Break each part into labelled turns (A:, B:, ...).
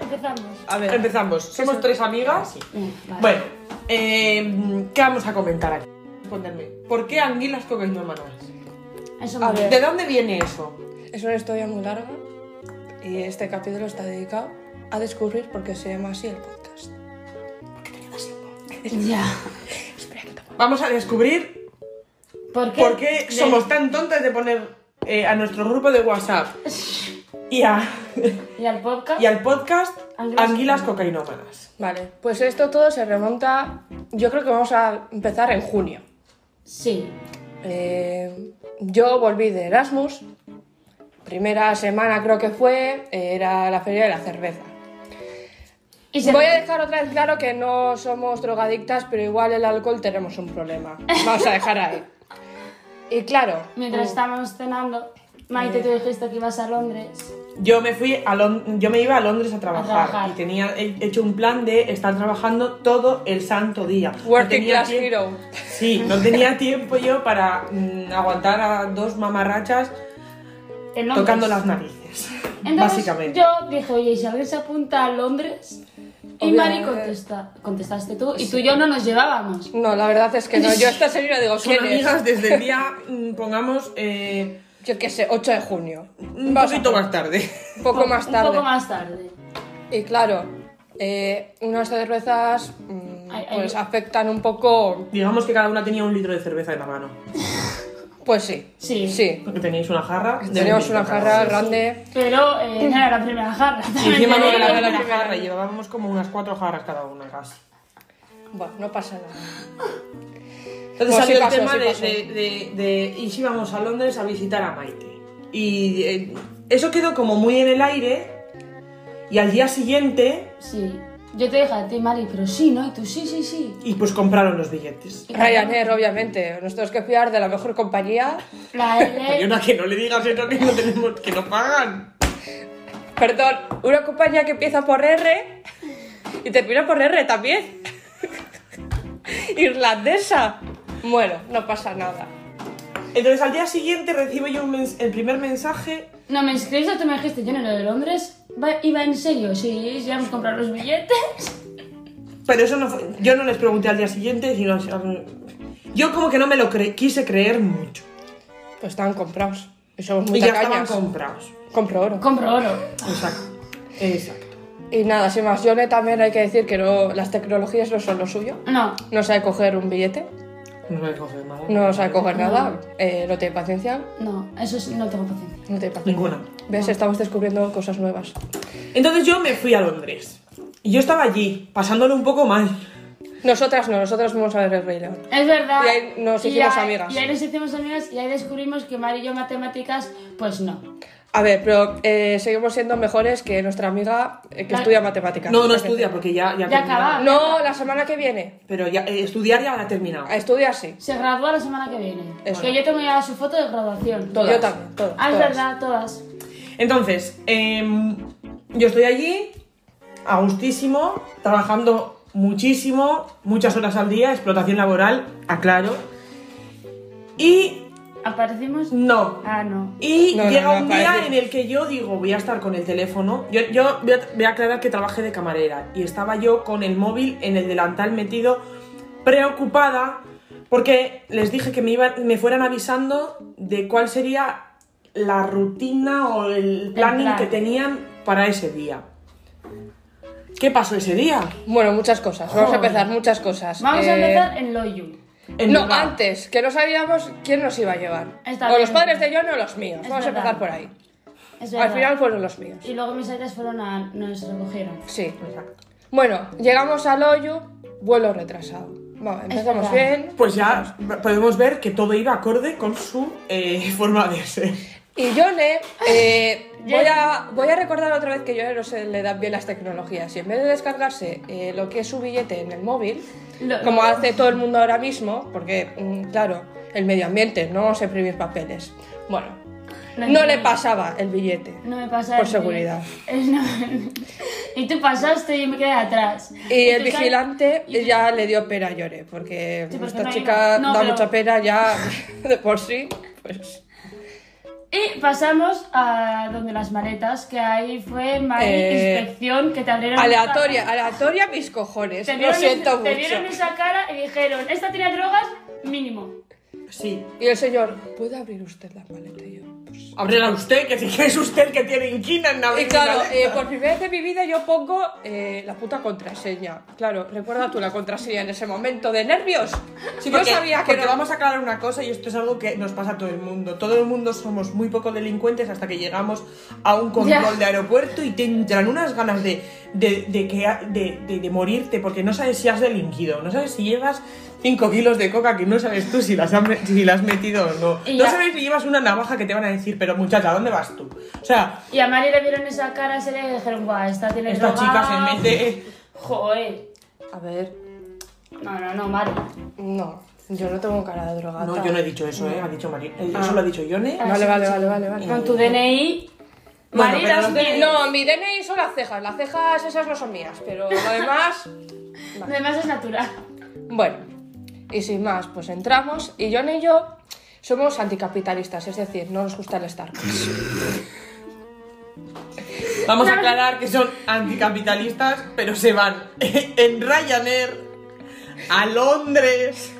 A: empezamos.
B: A ver, empezamos. Somos tres amigas.
C: Mm,
A: Vale.
B: Bueno, eh, ¿qué vamos a comentar aquí? Responderme. ¿Por qué anguilas cocainómanas?
A: Eso
C: a
A: me-
C: ver.
B: ¿De dónde viene eso?
C: Es una historia muy larga y este capítulo está dedicado a descubrir por qué se llama así el podcast.
A: Ya.
B: Vamos a descubrir
A: ¿Por qué?
B: por qué
A: De-
B: somos tan tontas de poner eh, a nuestro grupo de WhatsApp y, a-
A: Y al podcast.
B: y al podcast
A: Anguilas
B: anguilas cocainómanas.
C: Vale, pues esto todo se remonta, yo creo que vamos a empezar en junio.
A: Sí.
C: Eh, yo volví de Erasmus, primera semana creo que fue, eh, era la feria de la cerveza.
A: Y se-
C: Voy a dejar otra vez claro que no somos drogadictas, pero igual el alcohol tenemos un problema. Vamos a dejar ahí. Y claro,
A: Mientras estábamos cenando, Maite, tú dijiste que ibas a Londres.
B: Yo me fui a Lon- yo me iba a Londres a trabajar,
A: trabajar.
B: y tenía he- hecho un plan de estar trabajando todo el santo día. No
C: working
B: tenía
C: class
B: tiemp-
C: hero.
B: Sí, no tenía tiempo yo para mm, aguantar a dos mamarrachas
A: En Londres.
B: tocando las narices.
A: Entonces,
B: básicamente.
A: Yo dije, oye, ¿y si alguien se apunta a Londres? Y Mari
C: Obviamente.
A: contesta, contestaste tú, y tú y yo no nos llevábamos.
C: No, la verdad es que no. Yo esta señora digo,
B: Son
C: ¿quién es?
B: amigas desde el día, mm, pongamos, eh,
C: Yo qué sé, 8 de junio.
B: un
C: Vamos a-
B: poquito más tarde.
C: Poco más tarde.
A: Un poco más tarde.
C: Y claro, eh, unas cervezas mm,
A: Ay, ay.
C: pues afectan un poco...
B: Digamos que cada una tenía un litro de cerveza en la mano.
C: Pues sí.
A: Sí.
C: Sí.
B: Porque tenéis una jarra. de
C: Teníamos
B: un
C: una
B: litro cada
C: jarra
B: uno.
C: grande.
A: Pero eh, no era la primera jarra.
B: Y encima no
A: también te
B: era
A: digo.
B: la primera jarra, llevábamos como unas cuatro jarras cada una casi.
C: Bueno, no pasa nada. Pues
B: Entonces salió
C: sí pasó,
B: el tema
C: sí
B: de,
C: pasó.
B: de- de- de- y si íbamos a Londres a visitar a Maite. Y eh, eso quedó como muy en el aire. Y al día siguiente,
A: Sí. Yo te dije a ti, Mari, pero sí, ¿no? Y tú, sí, sí, sí.
B: y pues compraron los billetes.
C: Ryanair, obviamente. Nos tenemos que fiar de la mejor compañía.
A: La
B: Y
A: L.
B: una que no le digas eso que no tenemos, que no pagan.
C: Perdón, una compañía que empieza por R y termina por R también. Irlandesa. Bueno, no pasa nada.
B: Entonces al día siguiente recibo yo un mens- el primer mensaje.
A: No, me escribiste tú me dijiste, yo no lo de Londres. Va- iba en serio, sí, sí, vamos a comprar los billetes.
B: Pero eso no fue- Yo no les pregunté al día siguiente, sino. al- Yo como que no me lo cre- quise creer mucho.
C: Pues estaban comprados. Y somos
B: Y
C: muy
B: ya estaban
C: tacañas.
B: comprados.
C: Compro oro.
A: Compro oro.
B: Exacto. Exacto.
C: Y nada, sin más, yo le- también hay que decir que no, las tecnologías no son lo suyo.
A: No,
C: No sabe coger un billete,
B: No sabe coger nada.
C: no sabe coger
A: No.
C: nada, eh, no tiene paciencia,
A: no, eso sí, no tengo paciencia.
C: no tiene paciencia.
B: Ninguna.
C: ¿Ves? Estamos descubriendo cosas nuevas.
B: Entonces yo me fui a Londres. Y yo estaba allí, pasándolo un poco mal.
C: Nosotras no, nosotras fuimos a ver el Rey León.
A: Es verdad.
C: Y ahí nos hicimos
A: ahí-
C: amigas.
A: Y ahí nos hicimos amigas y ahí descubrimos que Mari y yo matemáticas, pues no.
C: A ver, pero eh, seguimos siendo mejores que nuestra amiga eh, que
A: La-
C: estudia matemáticas.
B: No, no estudia porque ya... Ya, terminaba.
A: acababa.
C: No, la semana que viene.
B: Pero ya, eh, estudiar ya la he terminado.
C: A estudiar sí.
A: Se gradúa la semana que viene.
C: Eso.
A: Que yo tengo ya su foto de graduación.
C: Yo también, todas.
A: Ah, es
C: todas.
A: verdad, todas.
B: Entonces, em, yo estoy allí, a gustísimo, trabajando muchísimo, muchas horas al día, explotación laboral, aclaro. Y
A: ¿Aparecimos?
B: no,
A: Ah, no.
B: Y
C: No, no,
B: llega
C: no,
B: un día
C: parece-
B: en el que yo digo, voy a estar con el teléfono. Yo, yo voy, a, voy a aclarar que trabajé de camarera y estaba yo con el móvil en el delantal metido, preocupada, porque les dije que me, iba- me fueran avisando de cuál sería la rutina o el planning
A: plan.
B: que tenían para ese día. ¿Qué pasó ese día?
C: Bueno, muchas cosas. Vamos a
A: Joder.
C: empezar, muchas cosas.
A: Vamos a
C: Eh,
A: empezar en Loyu.
B: En
C: no,
B: Bilbao.
C: antes, que no sabíamos quién nos iba a llevar.
A: Está
C: o los
A: bien.
C: padres de John o los míos.
A: Es
C: Vamos
A: verdad.
C: a empezar por ahí.
A: Es
C: Al
A: verdad.
C: final fueron los míos.
A: Y luego mis aires fueron a. nos recogieron.
C: Sí.
B: Exacto.
C: Bueno, llegamos al hoyo, vuelo retrasado. Bueno, empezamos
A: verdad.
C: bien.
B: Pues ya podemos ver que todo iba acorde con su eh, forma de ser.
C: Y Yone, eh,
A: Ya.
C: voy, a, voy a recordar otra vez que Yone no se le dan bien las tecnologías. Y en vez de descargarse eh, lo que es su billete en el móvil,
A: Lo-
C: como hace todo el mundo ahora mismo, porque, mm, claro, el medio ambiente, no vamos a imprimir papeles. Bueno,
A: Lo
C: no le
A: entiendo.
C: pasaba el billete.
A: No me pasa
C: Por
A: el-
C: seguridad.
A: Es- no. y tú pasaste y yo me quedé atrás.
C: Y el
A: tú ca-
C: vigilante
A: y tú-
C: ya le dio pena a Llore, porque
A: Sí, porque
C: esta
A: no hay-
C: chica
A: no,
C: da
A: pero-
C: mucha pena ya de por sí. Pues.
A: Y pasamos a donde las maletas, que ahí fue Mari,
C: Eh,
A: inspección, que te abrieron.
C: Aleatoria,
A: esa-
C: aleatoria mis cojones.
A: Te
C: Lo
A: vieron-
C: siento
A: Te vieron
C: mucho.
A: esa cara y dijeron: Esta tiene drogas, mínimo.
B: Sí.
C: Y el señor, ¿puede abrir usted la maleta? Y yo, pues...
B: Ábrela usted, que si que es usted que tiene inquina en
C: Y
B: abrir
C: claro,
B: una-
C: eh, por primera vez de mi vida yo pongo eh, la puta contraseña. Claro, recuerda tú la contraseña en ese momento de nervios.
B: Sí,
C: yo
B: porque, ah,
C: sabía que
B: porque
C: no.
B: vamos a aclarar una cosa y esto es algo que nos pasa a todo el mundo. Todo el mundo somos muy poco delincuentes hasta que llegamos a un control
A: Ya.
B: de aeropuerto y te entran unas ganas de, de, de que, ha- de, de- de morirte porque no sabes si has delinquido, no sabes si llevas 5 kilos de coca que no sabes tú si las, han me- si las has metido o no.
A: Y
B: no
A: ya.
B: sabes si llevas una navaja que te van a decir, pero muchacha, ¿dónde vas tú? O sea,
A: Y a Mari le vieron esa cara se le dijeron: Guau, esta tiene
B: esta
A: drogas.
B: chica se mete... eh.
A: Joder.
C: A ver,
A: No, no, no, Mari.
C: no, yo no tengo cara de drogata.
B: No, yo no he dicho eso, ¿eh? Ha dicho María. Eso lo ha dicho Yone.
A: Ah,
C: Vale,
A: sí,
C: vale,
A: sí.
C: vale, vale, vale.
A: Con tu DNI.
B: Bueno,
A: Mari,
B: pero
A: las
B: los DNI.
A: mil.
C: No, mi DNI son las cejas. Las cejas esas no son mías, pero lo demás...
A: Lo demás es natural.
C: Bueno, y sin más, pues entramos y John y yo somos anticapitalistas, es decir, no nos gusta el Starbucks.
B: Vamos a aclarar que son anticapitalistas, pero se van en Ryanair a Londres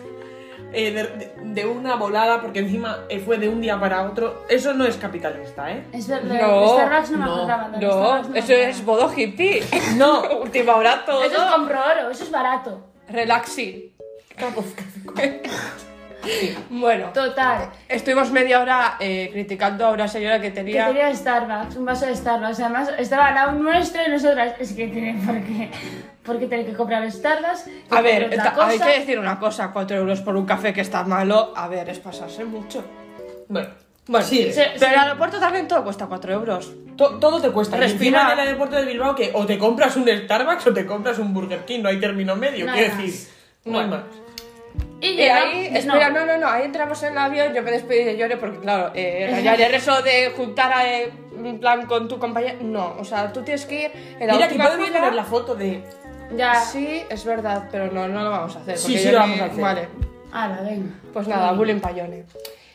B: eh, de, de una volada, porque encima eh, fue de un día para otro. Eso no es capitalista, ¿eh?
A: Es verdad.
C: No,
A: Starbucks no, me
B: no,
A: acordaba. de Starbucks
C: No,
A: me
C: eso es
A: acordaba.
C: bodo hippie. No, última hora todo.
A: Eso es compro oro, eso es pues, barato.
C: Relaxing. Bueno,
A: Total.
C: estuvimos media hora eh, criticando a una señora que
A: Que
C: tenía...
A: tenía Starbucks, un vaso de Starbucks. Además, estaba al lado nuestro y nosotras. Es que tienen por qué. ¿Por qué tener que comprar Starbucks?
C: A ver,
A: Comprar otra
C: ta- hay
A: cosa.
C: que decir una cosa, 4 euros por un café que está malo, a ver, es pasarse mucho.
B: Bueno,
C: Bueno,
B: sí.
A: se-
C: pero el aeropuerto también todo cuesta 4 euros.
B: to- todo te cuesta. Y
C: Respira.
B: encima en el aeropuerto de Bilbao que o te compras un Starbucks o te compras un Burger King, no hay término medio.
A: No
B: Quiero
A: hay
B: decir,
C: más.
B: no hay
C: Bueno.
B: más.
A: Y
C: Y eh, ahí,
A: llegamos-
C: espera, no, no, no, ahí entramos en el avión, yo me despedí de Yone porque, claro, eh, Ryanair, eso de juntar a, eh, en plan con tu compañero, no, o sea, tú tienes que ir en la
B: Mira, aquí
C: última
B: podemos
C: fila.
B: poner la foto de
A: Ya.
C: Sí, es verdad, pero no, no lo vamos a hacer.
B: Sí,
C: porque
B: sí
C: Yone-
B: lo vamos a hacer.
C: Vale,
A: Ala, venga.
C: pues nada, bullying pa' Yone.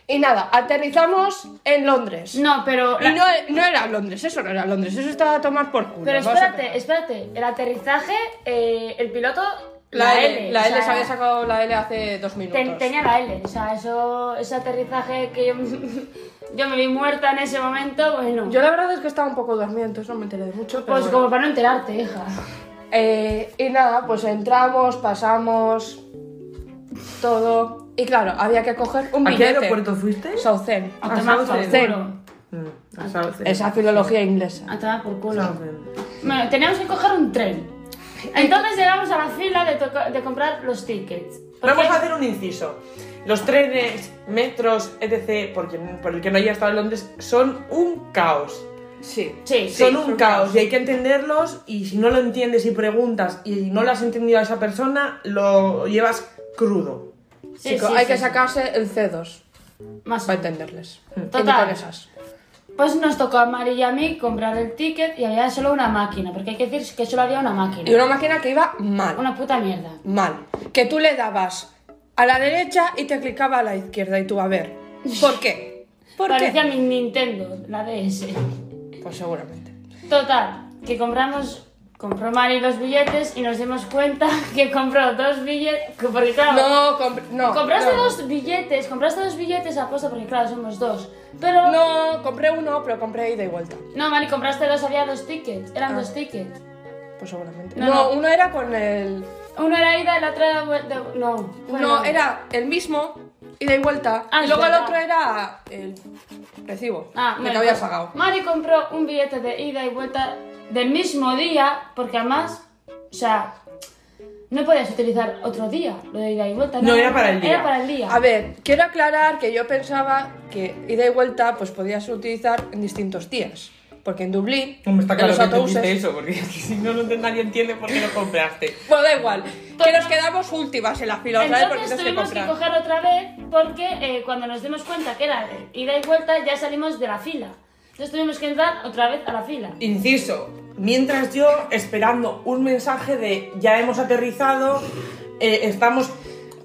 C: Y nada, aterrizamos en Londres.
A: No, pero.
C: Y no, no era Londres, eso no era Londres, eso estaba a tomar por culo.
A: Pero
C: vamos a
A: espérate, espérate. El aterrizaje, eh, el piloto.
C: La, L, la
A: o
C: L
A: sea,
C: se había sacado la L hace dos minutos.
A: ten- tenía la L. O sea, eso, ese aterrizaje que yo, yo me vi muerta en ese momento, bueno.
C: Yo la verdad es que estaba un poco dormida, entonces no me enteré de mucho. Pero
A: pues
C: bueno.
A: como para no enterarte, hija.
C: Eh, y nada, pues entramos, pasamos todo. Y claro, había que coger un
B: ¿A qué
C: billete.
B: aeropuerto fuiste?
C: Southend.
A: A
B: Ah,
A: tomar por
B: Southend.
A: culo.
B: Mm, a Southend.
C: Esa filología inglesa.
A: A tomar por culo.
B: Southend.
A: Bueno, teníamos que coger un tren. Entonces llegamos a la fila de, toca- de comprar los tickets. Porque-
B: Vamos a hacer un inciso. Los trenes, metros, etc., por, quien- por el que no haya estado en Londres, son un caos.
C: Sí.
A: Sí,
B: son un caos y hay que entenderlos y si no lo entiendes y preguntas y no lo has entendido a esa persona, lo llevas crudo.
A: sí,
C: Chico,
A: sí,
C: hay
A: sí,
C: que
A: sí.
C: sacarse el C2
A: Más
C: para entenderles.
B: Mm.
A: Total.
C: Y ni con esas.
A: Pues nos tocó a Mari y a mí comprar el ticket y había solo una máquina, porque hay que decir que solo había una máquina.
C: Y una máquina que iba mal.
A: Una puta mierda.
C: Mal. Que tú le dabas a la derecha y te clicaba a la izquierda y tú a ver. ¿Por qué? ¿Por
A: Parecía
C: qué?
A: mi Nintendo, la DS.
C: Pues seguramente.
A: Total, que compramos, compró Mari los billetes y nos dimos cuenta que compró dos billetes, que- porque claro,
C: No, compr- no.
A: compraste
C: no.
A: dos billetes, compraste dos billetes a posta porque claro, somos dos. Pero no,
C: No, compré uno, pero compré ida y vuelta.
A: Mari, compraste dos, había dos tickets, eran
C: Ah.
A: dos tickets.
C: Pues seguramente.
A: No,
C: No,
A: no.
C: uno era con el.
A: Uno era ida, el otro era... vuel- de- No, fue
C: no,
A: nada.
C: era el mismo, ida y vuelta.
A: Ah,
C: y luego
A: es
C: el
A: verdad.
C: otro era el recibo.
A: Ah,
C: el
A: bueno,
C: que había
A: pues,
C: pagado.
A: Mari compró un billete de ida y vuelta del mismo día, porque además, o sea, no podías utilizar otro día lo de ida y vuelta.
B: No, era para el día.
A: Era para el día.
C: A ver, quiero aclarar que yo pensaba que ida y vuelta pues podías utilizar en distintos días. Porque en Dublín,
B: Hombre, está
C: en
B: claro
C: los
B: que
C: autobuses.
B: entendiste eso, porque es que si no, no te- nadie entiende por qué lo compraste.
C: Bueno, da igual. Que nos quedamos últimas en la fila otra vez porque
A: Entonces
C: tienes que
A: tuvimos que,
C: comprar.
A: coger otra vez porque eh, cuando nos dimos cuenta que era de ida y vuelta ya salimos de la fila. Entonces tuvimos que entrar otra vez a la fila.
B: Inciso. Mientras yo esperando un mensaje de ya hemos aterrizado, eh, estamos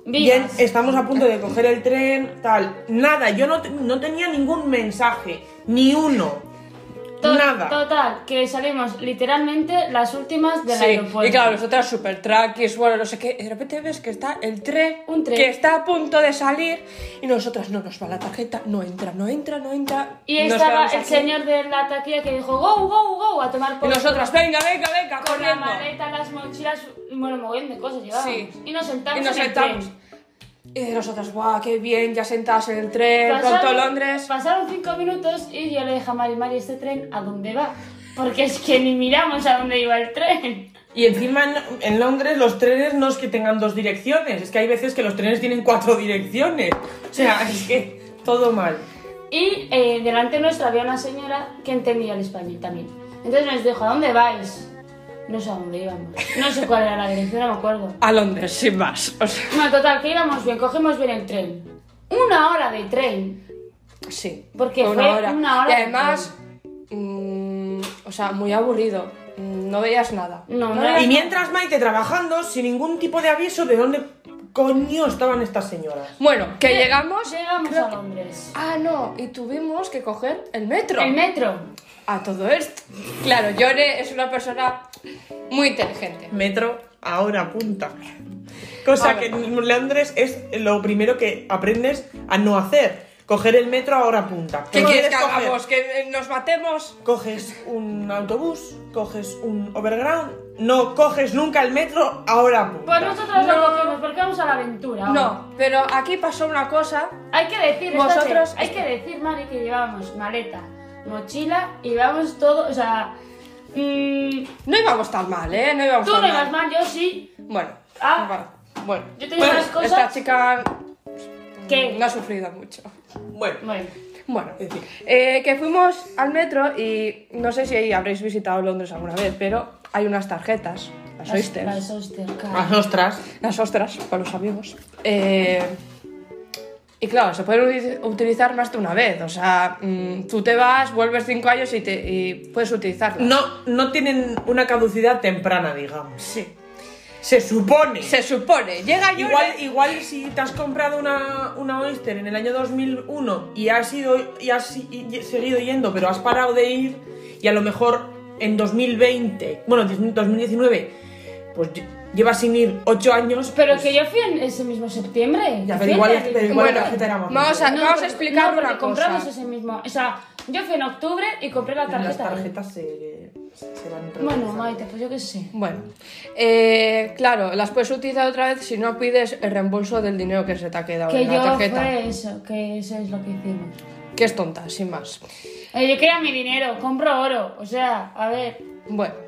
B: Bien,
A: Vivas.
B: estamos a punto de coger el tren, tal. Nada, yo no, te- no tenía ningún mensaje, ni uno.
A: To-
B: nada.
A: Total, que salimos literalmente las últimas del
C: Sí,
A: aeropuerto.
C: y claro, nosotras super tranquis, bueno, no sé qué, y de repente ves que está el tren,
A: Un tren.
C: que está a punto de salir y nosotras no nos va la tarjeta, no entra, no entra, no entra.
A: Y
C: nos
A: estaba
C: quedamos
A: el
C: aquí.
A: señor de la taquilla que dijo go, go, go a tomar
C: Y
A: por
C: nosotras, venga, venga, venga,
A: con la
C: corriendo.
A: maleta, las mochilas, bueno, mogollón de cosas llevábamos.
C: Sí.
A: Y nos sentamos.
C: Y nos
A: en el
C: sentamos.
A: tren.
C: Y nosotras, guau, qué bien, ya sentadas en el tren, pronto
A: Pasaron-
C: Londres.
A: Pasaron cinco minutos y yo le dije a Mari, Mari, ¿este tren a dónde va? Porque es que ni miramos a dónde iba el tren.
B: Y encima en, en Londres los trenes no es que tengan dos direcciones, es que hay veces que los trenes tienen cuatro direcciones. O sea, es que todo mal.
A: Y eh, delante nuestra había una señora que entendía el español también. Entonces nos dijo, ¿a dónde vais? No sé a dónde íbamos. No sé cuál era la dirección, no me acuerdo.
C: A Londres, sin más. O sea,
A: No, total, que íbamos bien, cogimos bien el tren. Una hora de tren.
C: sí.
A: Porque fue una hora
C: Y
A: de
C: además, mm, o sea, muy aburrido. Mm, No veías nada.
A: No, no
C: veías
B: Y mientras Maite trabajando, sin ningún tipo de aviso, ¿de dónde coño estaban estas señoras?
C: Bueno, que llegamos.
A: Llegamos
C: creo
A: a
C: que-
A: Londres.
C: Ah, no, y tuvimos que coger el metro.
A: El metro.
C: a todo esto. Claro, Yore es una persona muy inteligente.
B: Metro, ahora punta. Cosa
C: Ahora.
B: que en Londres es lo primero que aprendes a no hacer. Coger el metro ahora punta.
C: ¿Qué
B: ¿Qué
C: quieres que
B: coger?
C: hagamos? ¿Que eh, nos matemos?
B: Coges un autobús, coges un overground, no coges nunca el metro ahora
A: Pues
B: punta.
A: nosotros
C: No.
A: lo cogimos porque vamos a la aventura. ahora.
C: No, pero aquí pasó una cosa.
A: Hay que decir,
C: Vosotros-
A: estate, hay que decir, Mari, que llevábamos maleta, mochila y llevábamos todo, o sea... mm,
C: No íbamos tan mal, ¿eh? No íbamos
A: tú
C: tan
A: no
C: mal.
A: ibas mal, yo sí.
C: Bueno,
A: Ah.
C: va- bueno.
A: Yo tenía
C: Bueno,
A: unas cosas-
C: Esta chica
A: ¿Qué?
C: no ha sufrido mucho.
B: Bueno,
A: Bueno.
C: Bueno,
B: en fin.
C: eh, que fuimos al metro y no sé si habréis visitado Londres alguna vez, pero hay unas tarjetas, las oíste.
A: Las oysters, claro.
B: Las ostras.
C: las ostras para los amigos. Eh, y claro, se pueden uti- utilizar más de una vez. O sea, mm, tú te vas, vuelves cinco años y, te, y puedes utilizarlas.
B: No, no tienen una caducidad temprana, digamos.
C: Sí.
B: Se supone.
C: Se supone. Llega yo.
B: Igual, igual si te has comprado una, una Oyster en el año 2001 y has, ido, y has i- y- seguido yendo, pero has parado de ir, y a lo mejor en 2020, bueno, 2019, pues lle- llevas sin ir 8 años.
A: Pero
B: pues-
A: que yo fui en ese mismo septiembre.
B: Ya,
A: Yo
B: pero
A: fui en
B: igual-
A: el-
B: pero igual
C: Bueno,
B: la tarjeta era más
C: vamos a,
B: barata.
C: vamos a
A: porque-
C: explicar
A: no, porque
C: una
A: compramos
C: cosa.
A: ese mismo. O sea, yo fui en octubre y compré la tarjeta.
B: Las tarjetas se, se van
A: Bueno,
B: reutilizando.
A: Maite, pues yo qué sé.
C: Bueno, eh, claro, las puedes utilizar otra vez si no pides el reembolso del dinero que se te ha quedado
A: Que
C: en la
A: yo
C: tarjeta.
A: fue eso, que eso es lo que hicimos.
C: Que es tonta, sin más.
A: Eh, yo quería mi dinero, compro oro. O sea, a ver.
C: Bueno,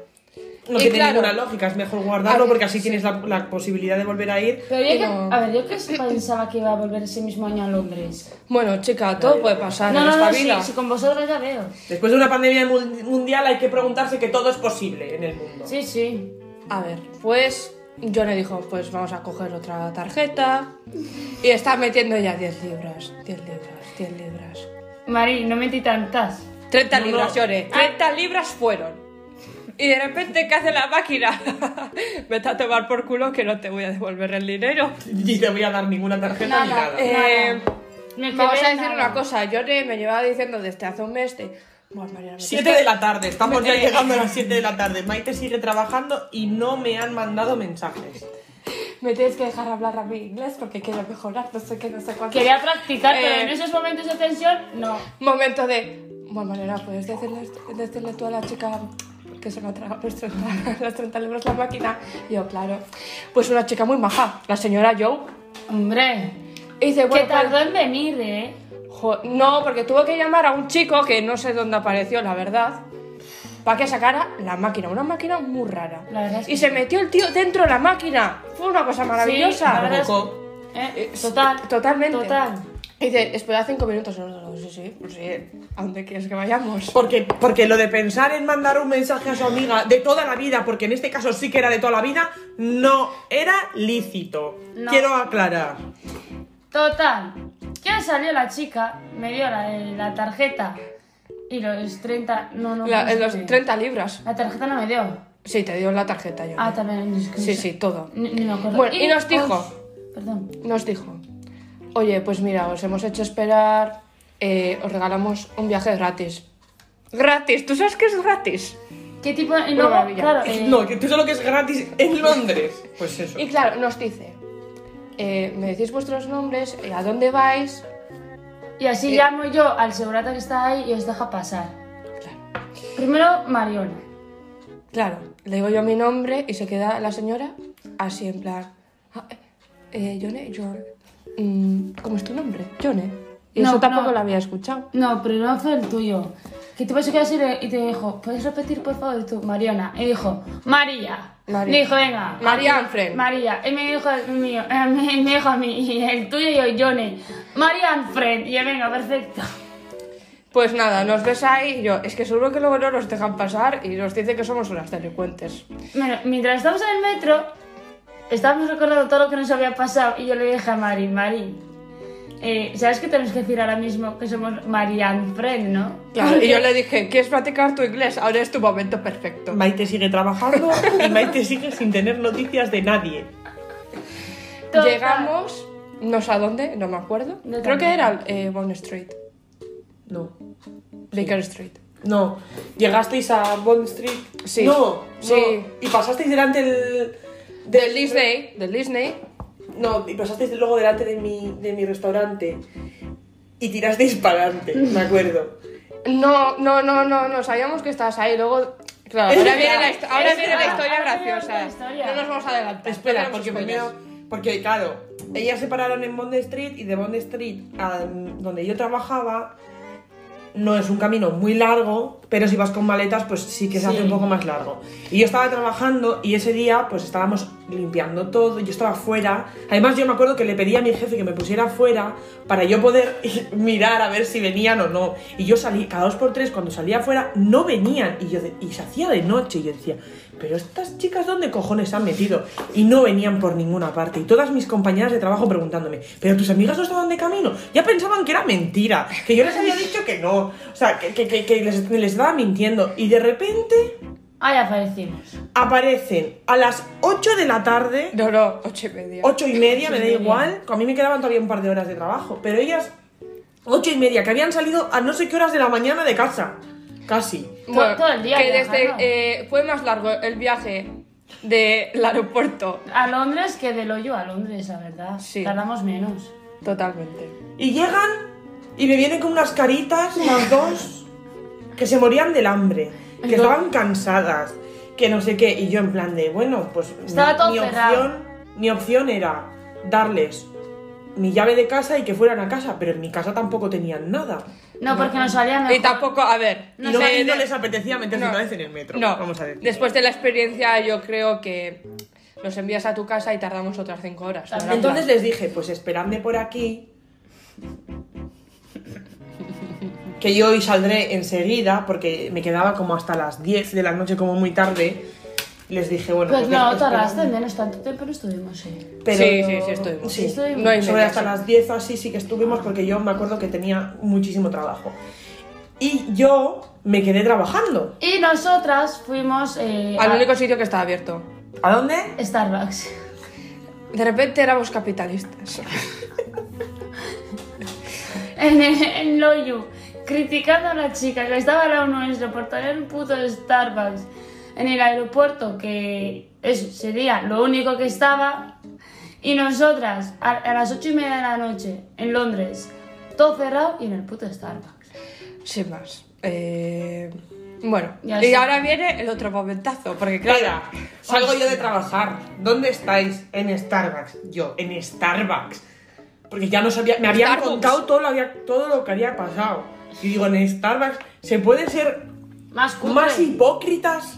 B: No
C: Y
B: tiene
C: claro.
B: ninguna lógica, es mejor guardarlo
C: Ah,
B: porque así
C: sí.
B: tienes la, la posibilidad de volver a ir.
A: Pero yo
C: No.
A: que. A ver, yo que pensaba que iba a volver ese mismo año a Londres.
C: bueno, chica, todo puede pasar
A: no,
C: en
A: no,
C: esta
A: no, sí,
C: vida.
A: sí, con vosotros ya veo.
B: Después de una pandemia mun- mundial hay que preguntarse que todo es posible en el mundo.
A: Sí, sí.
C: A ver, pues yo le dijo, pues vamos a coger otra tarjeta. Y está metiendo ya 10 libras, 10 libras, 10 libras.
A: Mari, no metí tantas.
C: 30
B: No, Ah. no.
C: libras, lloré. 30 libras fueron. Y de repente, ¿qué hace la máquina? Vete a tomar por culo que no te voy a devolver el dinero.
B: Ni te voy a dar ninguna tarjeta ni
A: Nada,
B: nada.
A: eh,
C: Eh,
A: No te
C: vamos
A: ves
C: a decir
A: nada.
C: una cosa, Lloré me llevaba diciendo desde hace un mes de... "Buah, Mariana, no te
B: 7 de la tarde, estamos
C: Eh.
B: ya llegando a las 7 de la tarde. Maite sigue trabajando y no me han mandado mensajes.
C: Me tienes que dejar hablar a mí inglés porque quiero mejorar, no sé qué, no sé cuánto.
A: Quería practicar,
C: Eh,
A: pero en esos momentos de tensión, no.
C: Momento de. Bueno, Mariana, puedes decirle, decirle tú a la chica que se me ha tragado los 30, los 30 libros la máquina. Y yo, claro. Pues una chica muy maja, la señora Joe.
A: Hombre,
C: Y dice,
A: que
C: bueno,
A: tardó en venir, ¿eh?
C: pues, jo- no, porque tuvo que llamar a un chico que no sé dónde apareció, la verdad. Para que sacara la máquina, una máquina muy rara.
A: La verdad es
C: y
A: que
C: se metió el tío dentro de la máquina. Fue una cosa maravillosa.
A: la verdad es-
B: Provocó.
A: ¿Eh? Total.
C: Totalmente.
A: Total.
C: Y dice, espera cinco minutos. Y nosotros, sí, sí, pues sí. ¿A dónde quieres que vayamos?
B: Porque, porque lo de pensar en mandar un mensaje a su amiga de toda la vida, porque en este caso sí que era de toda la vida, no era lícito.
A: No.
B: Quiero aclarar.
A: Total. Que salió la chica, me dio la, la tarjeta y los 30. No, no.
C: La-
A: no sé
C: los
A: qué.
C: 30 libras.
A: La tarjeta no me dio.
C: Sí, te dio la tarjeta yo.
A: Ah, también. es que
C: Sí,
A: no sé.
C: sí, todo.
A: Ni, ni me acuerdo.
C: Bueno, y nos dijo,
A: os- Perdón.
C: nos dijo, oye, pues mira, os hemos hecho esperar, eh, os regalamos un viaje gratis. Gratis, ¿tú sabes que es gratis?
A: ¿Qué tipo de.? y luego,
C: maravilla.
A: claro. eh,
B: No, que tú sabes lo que es gratis en Londres. Pues eso.
C: Y claro, nos dice, eh, me decís vuestros nombres, eh, a dónde vais.
A: Y así
C: Eh.
A: llamo yo al segurata que está ahí y os deja pasar.
C: Claro,
A: Primero, Mariona.
C: claro, le digo yo mi nombre y se queda la señora así en plan, "Ah, eh, Yone, John, mm, ¿cómo es tu nombre? Yone. Y
A: No,
C: eso tampoco
A: no.
C: lo había escuchado.
A: No, pero no fue el tuyo. Que te pasó que así le- y te dijo, ¿puedes repetir por favor Y tú, Mariona? Y dijo, María.
C: María.
A: Me dijo, venga.
C: María Anfren.
A: María. Y me dijo el mío, eh, me, me dijo a mí, y el tuyo y yo, Johnny. María Anfred. Y yo, venga, perfecto.
C: Pues nada, nos ves ahí y yo, es que seguro que luego no nos dejan pasar y nos dice que somos unas delincuentes.
A: Bueno, mientras estábamos en el metro, estábamos recordando todo lo que nos había pasado y yo le dije a Mari, Mari, eh, ¿sabes que tenemos que decir ahora mismo que somos María Anfred, no?
C: Claro, y yo le dije, ¿quieres practicar tu inglés? Ahora es tu momento perfecto.
B: Maite sigue trabajando y Maite sigue sin tener noticias de nadie.
A: Total.
C: Llegamos, no sé a dónde, no me acuerdo. Creo
A: No tampoco.
C: que era eh, Bond Street,
B: No.
C: Baker Street.
B: No. Llegasteis a Bond Street.
C: Sí.
B: No.
C: Sí.
B: no. Y pasasteis delante del.
C: Del Disney, del Disney.
B: No, y pasasteis luego delante de mi, de mi restaurante. Y tirasteis para adelante, me acuerdo.
C: No, no, no, no, no, sabíamos que estabas ahí, luego... Claro,
B: Es
C: ahora
B: verdad,
C: viene la, histo- ahora
A: es
C: viene la
A: verdad,
C: historia
A: ahora viene la
C: graciosa.
A: historia.
C: No nos vamos a adelantar.
B: Espera,
C: no
B: porque
C: tenemos
B: primero.
C: spoilers.
B: Porque, claro, ellas se pararon en Bond Street y de Bond Street a donde yo trabajaba no es un camino muy largo, pero si vas con maletas, pues sí que se hace
A: Sí.
B: un poco más largo. Y yo estaba trabajando y ese día, pues estábamos limpiando todo, yo estaba fuera. Además, yo me acuerdo que le pedí a mi jefe que me pusiera fuera para yo poder mirar a ver si venían o no. Y yo salí, cada dos por tres, cuando salía afuera, no venían. Y, yo de- y se hacía de noche. Y yo decía, pero estas chicas, ¿dónde cojones se han metido? Y no venían por ninguna parte. Y todas mis compañeras de trabajo preguntándome, ¿pero tus amigas no estaban de camino? Ya pensaban que era mentira, que yo les había dicho que no. O sea, que, que- que- que les, les estaba mintiendo. Y de repente
A: Ahí aparecimos.
B: aparecen a las 8 de la tarde
C: No, no, ocho y media.
B: ocho y media, me
A: Ocho
B: da
A: y media.
B: igual. que A mí me quedaban todavía un par de horas de trabajo. Pero ellas, ocho y media, que habían salido a no sé qué horas de la mañana de casa. Casi.
A: To- todo el día
C: que desde
A: viajando.
C: eh, fue más largo el viaje del aeropuerto.
A: A Londres que del hoyo a Londres, la verdad.
C: Sí.
A: Tardamos menos.
C: Totalmente.
B: Y llegan y me vienen con unas caritas, las dos, que se morían del hambre, que
A: Entonces-
B: estaban cansadas, que no sé qué. Y yo en plan de, bueno, pues
A: Estaba
B: mi-
A: todo
B: mi,
A: cerrado.
B: opción, mi opción era darles mi llave de casa y que fueran a casa, pero en mi casa tampoco tenían nada.
A: No, porque nos salía mejor.
C: Y tampoco, a ver.
B: y
C: de-
B: no, y no
C: de-
B: les apetecía meterse
C: no.
B: otra vez en el metro.
C: no.
B: vamos a decir.
C: Después de la experiencia, yo creo que los envías a tu casa y tardamos otras cinco horas.
A: Claro.
C: ¿no?
B: Entonces les dije, pues esperadme por aquí. Que yo hoy saldré enseguida, porque me quedaba como hasta las 10 de la noche, como muy tarde. Les dije, bueno,
A: Pues
B: ya-
A: no,
B: esperadme.
A: tardaste menos tanto tiempo, no estuvimos, eh.
B: Pero-
C: Sí, sí, sí, estuvimos.
B: Sí,
A: Estuvimos.
C: No hay
B: sobre
C: media,
B: hasta
C: sí.
B: las 10 o así sí que estuvimos, porque yo me acuerdo que tenía muchísimo trabajo. Y yo me quedé trabajando.
A: Y nosotras fuimos eh,
C: Al único sitio que estaba abierto.
B: ¿A dónde?
A: Starbucks.
C: De repente éramos capitalistas.
A: En, el- en Loyu, criticando a la chica que estaba al lado nuestro por tener un puto Starbucks en el aeropuerto, que eso sería lo único que estaba. Y nosotras, a, a las ocho y media de la noche, en Londres, todo cerrado y en el puto Starbucks.
C: Sin más. Eh, Bueno.
A: Ya
C: y
A: sé.
C: ahora viene el otro momentazo, porque claro.
B: Clara, salgo yo de trabajar. ¿Dónde estáis? En Starbucks. Yo, en Starbucks. Porque ya no sabía, me habían
C: Starbucks.
B: contado todo lo, había- todo lo que había pasado. Y digo, en Starbucks, ¿se puede ser
A: Más cutre.
B: más hipócritas?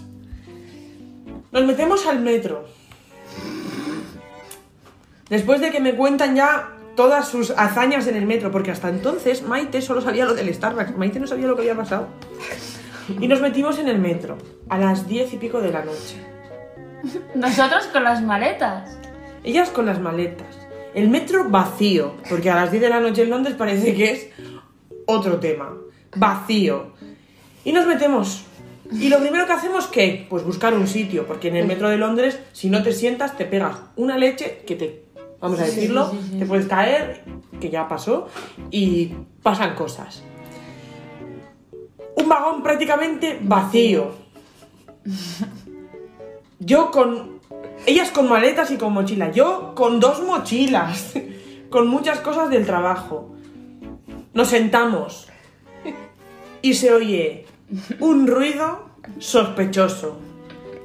B: Nos metemos al metro. Después de que me cuentan ya todas sus hazañas en el metro, porque hasta entonces Maite solo sabía lo del Starbucks, Maite no sabía lo que había pasado. Y nos metimos en el metro a las diez y pico de la noche.
A: Nosotros con las maletas.
B: Ellas con las maletas. El metro vacío, porque a las 10 de la noche en Londres parece que es otro tema. Vacío. Y nos metemos. Y lo primero que hacemos, ¿qué? Pues buscar un sitio, porque en el metro de Londres, si no te sientas, te pegas una leche que te vamos a
A: Sí,
B: decirlo.
A: sí, sí, sí.
B: Te puedes caer, que ya pasó, y pasan cosas. Un vagón prácticamente vacío. Yo con. Ellas con maletas y con mochila. Yo con dos mochilas. Con muchas cosas del trabajo. Nos sentamos. Y se oye un ruido sospechoso.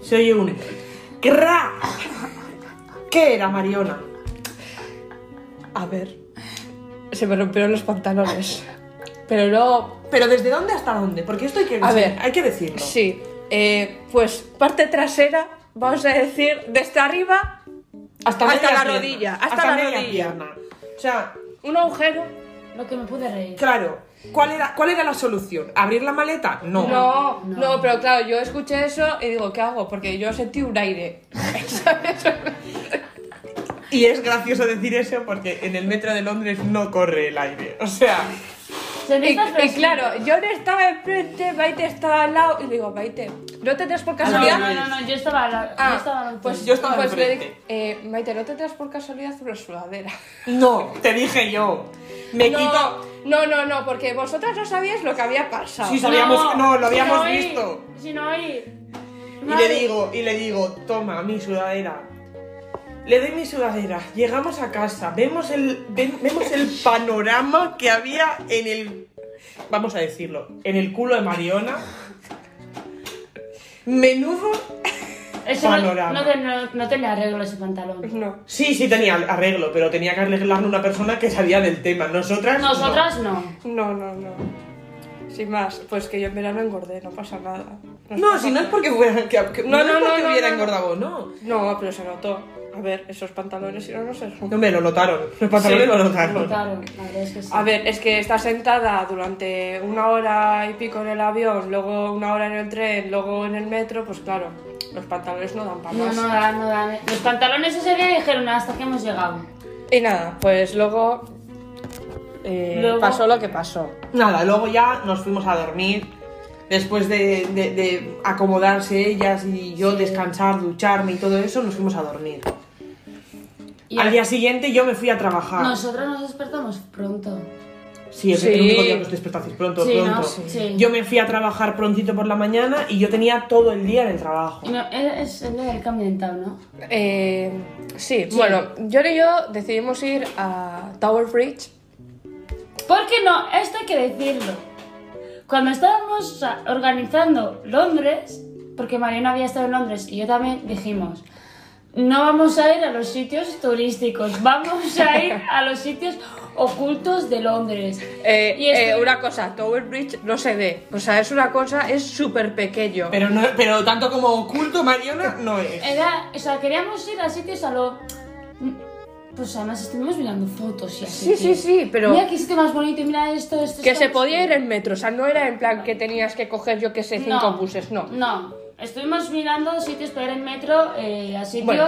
B: Se oye un. ¡Cra! ¿Qué era Mariona?
C: A ver, se me rompieron los pantalones. Pero luego,
B: Pero ¿desde dónde hasta dónde? Porque esto hay que,
C: A ver.
B: hay que decirlo.
C: sí, eh, pues parte trasera, vamos a decir, desde arriba, Hasta
B: Hasta, media
C: la
B: pierna.
C: rodilla, hasta la
B: media
C: rodilla.
B: pierna. O sea,
C: un agujero.
A: Lo que me pude reír.
B: claro, ¿cuál era, ¿cuál era la solución? ¿Abrir la maleta? No.
C: No,
A: no.
C: no, pero claro, yo escuché eso y digo, ¿qué hago? Porque yo sentí un aire.
B: Y es gracioso decir eso porque en el metro de Londres no corre el aire. O sea,
A: Se me
C: Y,
A: hizo
C: y
A: fresquito.
C: claro, yo no estaba enfrente, Maite estaba al lado. Y digo, Maite, ¿no te das por
A: Ah, No,
C: casualidad?
A: no, no, no, yo estaba, la, yo estaba
C: Ah,
A: la-
C: pues
B: Yo estaba
C: pues le
B: enfrente.
C: dije, eh, Maite, ¿no te das por casualidad una sudadera?
B: no, te dije yo. Me
C: no,
B: quito.
C: no, no, no, porque vosotras no sabíais lo que había pasado.
B: Sí, sabíamos- no, lo habíamos
A: si no oí-
B: visto.
A: Si no oí.
B: Y le digo, y le digo, toma mi sudadera. Le doy mi sudadera, llegamos a casa, vemos el, ven- vemos el panorama que había en el, vamos a decirlo, en el culo de Mariona. Menudo...
A: Eso no-
B: panorama.
A: No, te- no, no tenía arreglo ese pantalón.
C: Pues No.
B: Sí, sí tenía arreglo, pero tenía que arreglarlo una persona que sabía del tema. Nosotras... no.
A: Nosotras no.
C: No, no, no. Sin más, pues que yo en verano engordé, no pasa nada.
B: No, si no es porque fuera, que, que-
C: No,
B: no, es
C: no, no,
B: porque
C: no,
B: hubiera
C: no.
B: engordado, o no.
C: No, pero se notó. A ver, esos pantalones, si no, no se
B: No me lo notaron, los pantalones
C: Sí.
B: lo notaron.
A: Claro, la verdad es que sí.
C: A ver, es que estás sentada durante una hora y pico en el avión, luego una hora en el tren, luego en el metro, pues claro, los pantalones no dan para
A: No,
C: más.
A: no dan, no dan. Los pantalones ese día dijeron "Ah, hasta que hemos llegado.
C: Y nada, pues luego, eh,
A: Luego-
C: pasó lo que pasó.
B: Nada, luego ya nos fuimos a dormir. Después de, de- de acomodarse ellas y yo descansar, ducharme y todo eso, nos fuimos a dormir.
A: Y
B: Al día siguiente yo me fui a trabajar.
A: nosotros nos despertamos pronto.
B: Sí, es
C: Sí.
B: el único día que os despertasteis pronto,
A: Sí, ¿no?
B: pronto.
A: Sí.
B: Yo me fui a trabajar prontito por la mañana y yo tenía todo el día en el trabajo.
A: Y no, es, es el día del cambio dental, ¿no?
C: Eh, sí, bueno, John y yo decidimos ir a Tower Bridge.
A: Porque no, esto hay que decirlo. Cuando estábamos o sea, organizando Londres, porque Mariana había estado en Londres y yo también, dijimos, no vamos a ir a los sitios turísticos, vamos a ir a los sitios ocultos de Londres.
C: Eh,
A: Y este- esto-
C: eh, una cosa, Tower Bridge no se ve, o sea, es una cosa, es súper pequeño.
B: Pero, no, pero tanto como oculto, Mariona, no es.
A: Era, o sea, queríamos ir a sitios a lo... Pues además estuvimos mirando fotos y
C: Sí,
A: así.
C: sí, sí, pero...
A: Mira qué sitio más bonito y mira esto, esto.
C: Que
A: esto,
C: se podía ir
A: esto.
C: en metro, o sea, no era en plan que tenías que coger, yo que sé, cinco buses, no.
A: No, estuvimos mirando sitios para ir en metro eh, a sitios
C: Bueno.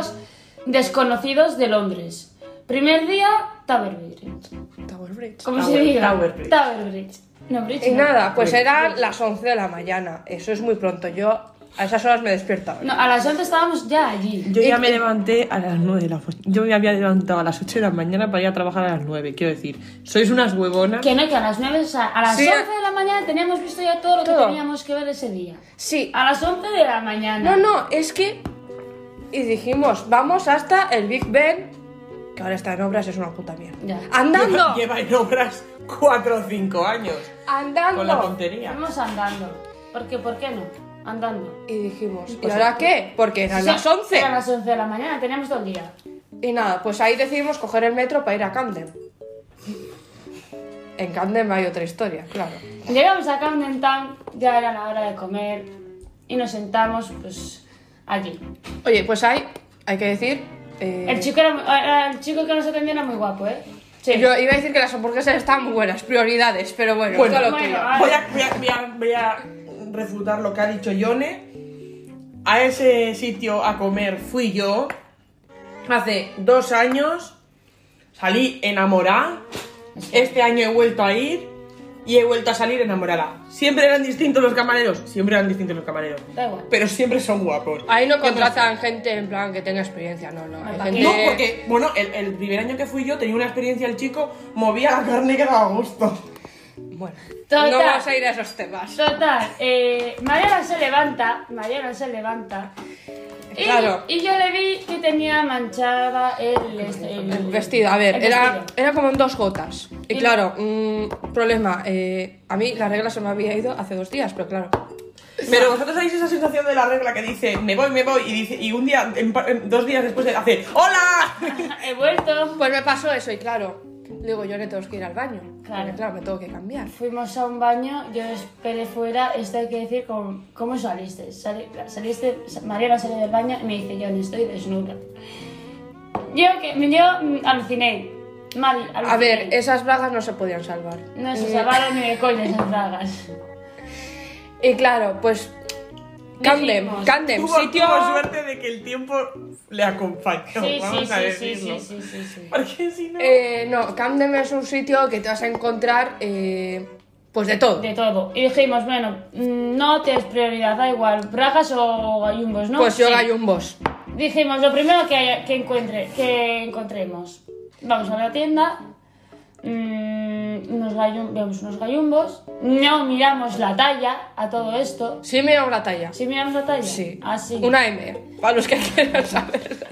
A: desconocidos de Londres. Primer día, Tower Bridge.
C: Tower Bridge.
A: ¿Cómo se
B: Tower-
A: diga?
B: Tower Bridge.
A: Tower Bridge. No, Bridge.
C: Y
A: no.
C: nada, pues
B: Bridge,
C: eran las 11 de la mañana, eso es muy pronto, yo a esas horas me despertaba.
A: No, a las 11 estábamos ya allí.
B: Yo ya me levanté a las 9 de la mañana. Yo me había levantado a las 8 de la mañana para ir a trabajar a las 9. Quiero decir, sois unas huevonas.
A: Que no, que a las 9, o sea, a las
C: Sí,
A: 11
C: a-
A: de la mañana teníamos visto ya todo lo que
C: Todo.
A: teníamos que ver ese día.
C: Sí,
A: A las 11 de la
C: no,
A: mañana.
C: no, es que... Y dijimos, vamos hasta el Big Ben, que ahora está en obras, es una puta mierda.
A: Ya.
C: ¡Andando!
B: Lleva, lleva en obras 4 o 5 años. Con la
C: ¡Andando!
B: tontería.
A: Fuimos andando. Porque, ¿por qué no? Andando.
C: Y dijimos, ¿y
B: Pues
C: ahora
B: sí.
C: qué? Porque eran las 11.
A: Era las 11 de la mañana, teníamos todo el día.
C: Y nada, pues ahí decidimos coger el metro para ir a Camden. En Camden hay otra historia, claro.
A: Llegamos a Camden Town, ya era la hora de comer y nos sentamos pues allí.
C: Oye, pues hay, hay que decir... eh,
A: El chico, era, mu- era- el chico que nos atendía era muy guapo, ¿eh? Sí.
C: Yo iba a decir que las hamburguesas estaban muy buenas, prioridades, pero bueno,
B: Bueno,
C: todo lo
A: bueno,
C: tuyo.
A: ah.
B: Voy a, voy, a, voy a- voy a refutar lo que ha dicho Yone. A ese sitio a comer fui yo. Hace dos años salí enamorada. Este año he vuelto a ir. y he vuelto a salir enamorada. Siempre eran distintos los camareros, siempre eran distintos los camareros.
A: Da igual.
B: Pero siempre son guapos.
C: Ahí no contratan gente en plan que tenga experiencia, no, no. Hay
A: No,
C: gente...
B: No, porque, bueno, el, el primer año que fui yo tenía una experiencia el chico, movía la carne que daba gusto.
C: Bueno,
A: Total.
C: no vamos a ir a esos temas.
A: Total, eh, Mariana se levanta, Mariana se levanta. Y,
C: Claro.
A: y yo le vi que tenía manchada el, el-
C: El vestido, a ver,
A: el
C: era,
A: vestido.
C: era como en dos gotas. Y
A: Y-
C: claro, mm, problema, eh, a mí la regla se me había ido hace dos días, pero claro.
B: Pero vosotros sabéis esa sensación de la regla que dice, me voy, me voy, y, dice, y un día, en pa- en dos días después de- hace, ¡Hola!
A: He vuelto.
C: Pues me pasó eso y claro, digo, yo no tengo que ir al baño.
A: Claro.
C: Porque, claro, me tengo que cambiar.
A: Fuimos a un baño, yo esperé fuera, esto hay que decir con, cómo saliste. Sali- saliste, Mariana salió del baño y me dice, yo no estoy desnuda. Yo, que, yo mm, aluciné, mal, aluciné.
C: A ver, esas bragas no se podían salvar.
A: No se
C: Mm,
A: salvaron ni de coño esas dragas.
C: Y claro, pues. Candem,
A: Dijimos,
C: Candem,
B: Tuvo,
C: sitio.
B: tuvo suerte de que el tiempo le acompañó,
A: Sí, sí,
B: vamos a
A: sí, sí,
B: decirlo.
A: sí, sí, sí, sí.
B: Porque si no...
C: Eh, no, Camden es un sitio que te vas a encontrar, eh, pues de todo.
A: de todo. Y dijimos, bueno, mm, no te es prioridad, da igual, bragas o gallumbos, ¿no?
C: pues yo
A: Sí.
C: gallumbos.
A: Dijimos, lo primero que, haya- que, encuentre, que encontremos. Vamos a la tienda, mm, unos gallum- vemos unos gallumbos, no miramos la talla a todo esto.
C: Sí, me hago la talla.
A: ¿Sí miramos la talla? Ah,
C: Ah, Sí.
A: Así.
C: Una M, para los que quieran saber.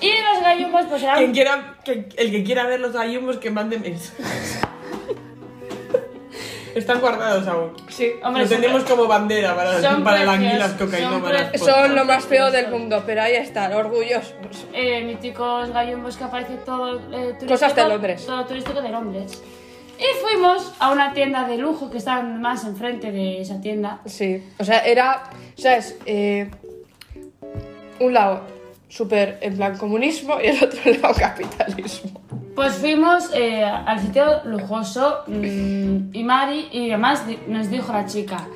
A: Y los gallumbos pues eran...
B: Quien quiera, que- el que quiera ver los gallumbos, que mande mensajes. Están guardados aún.
C: Sí.
A: Hombre,
B: Lo
A: son-
B: tenemos como bandera para,
A: son
B: para
A: precios-
B: las anguilas
A: son
B: cocainómanas.
A: pre-
B: por favor.
C: Son lo más feo del mundo, pero ahí están, orgullosos.
A: eh, míticos gallumbos que aparece todo eh, turístico.
C: Cosas de Londres.
A: Todo turístico de Londres. Y fuimos a una tienda de lujo que está más enfrente de esa tienda.
C: Sí, o sea, era, ¿sabes? Eh, un lado súper en plan comunismo y el otro lado capitalismo.
A: Pues fuimos eh, al sitio lujoso mm, y Mari y además di- nos dijo la chica,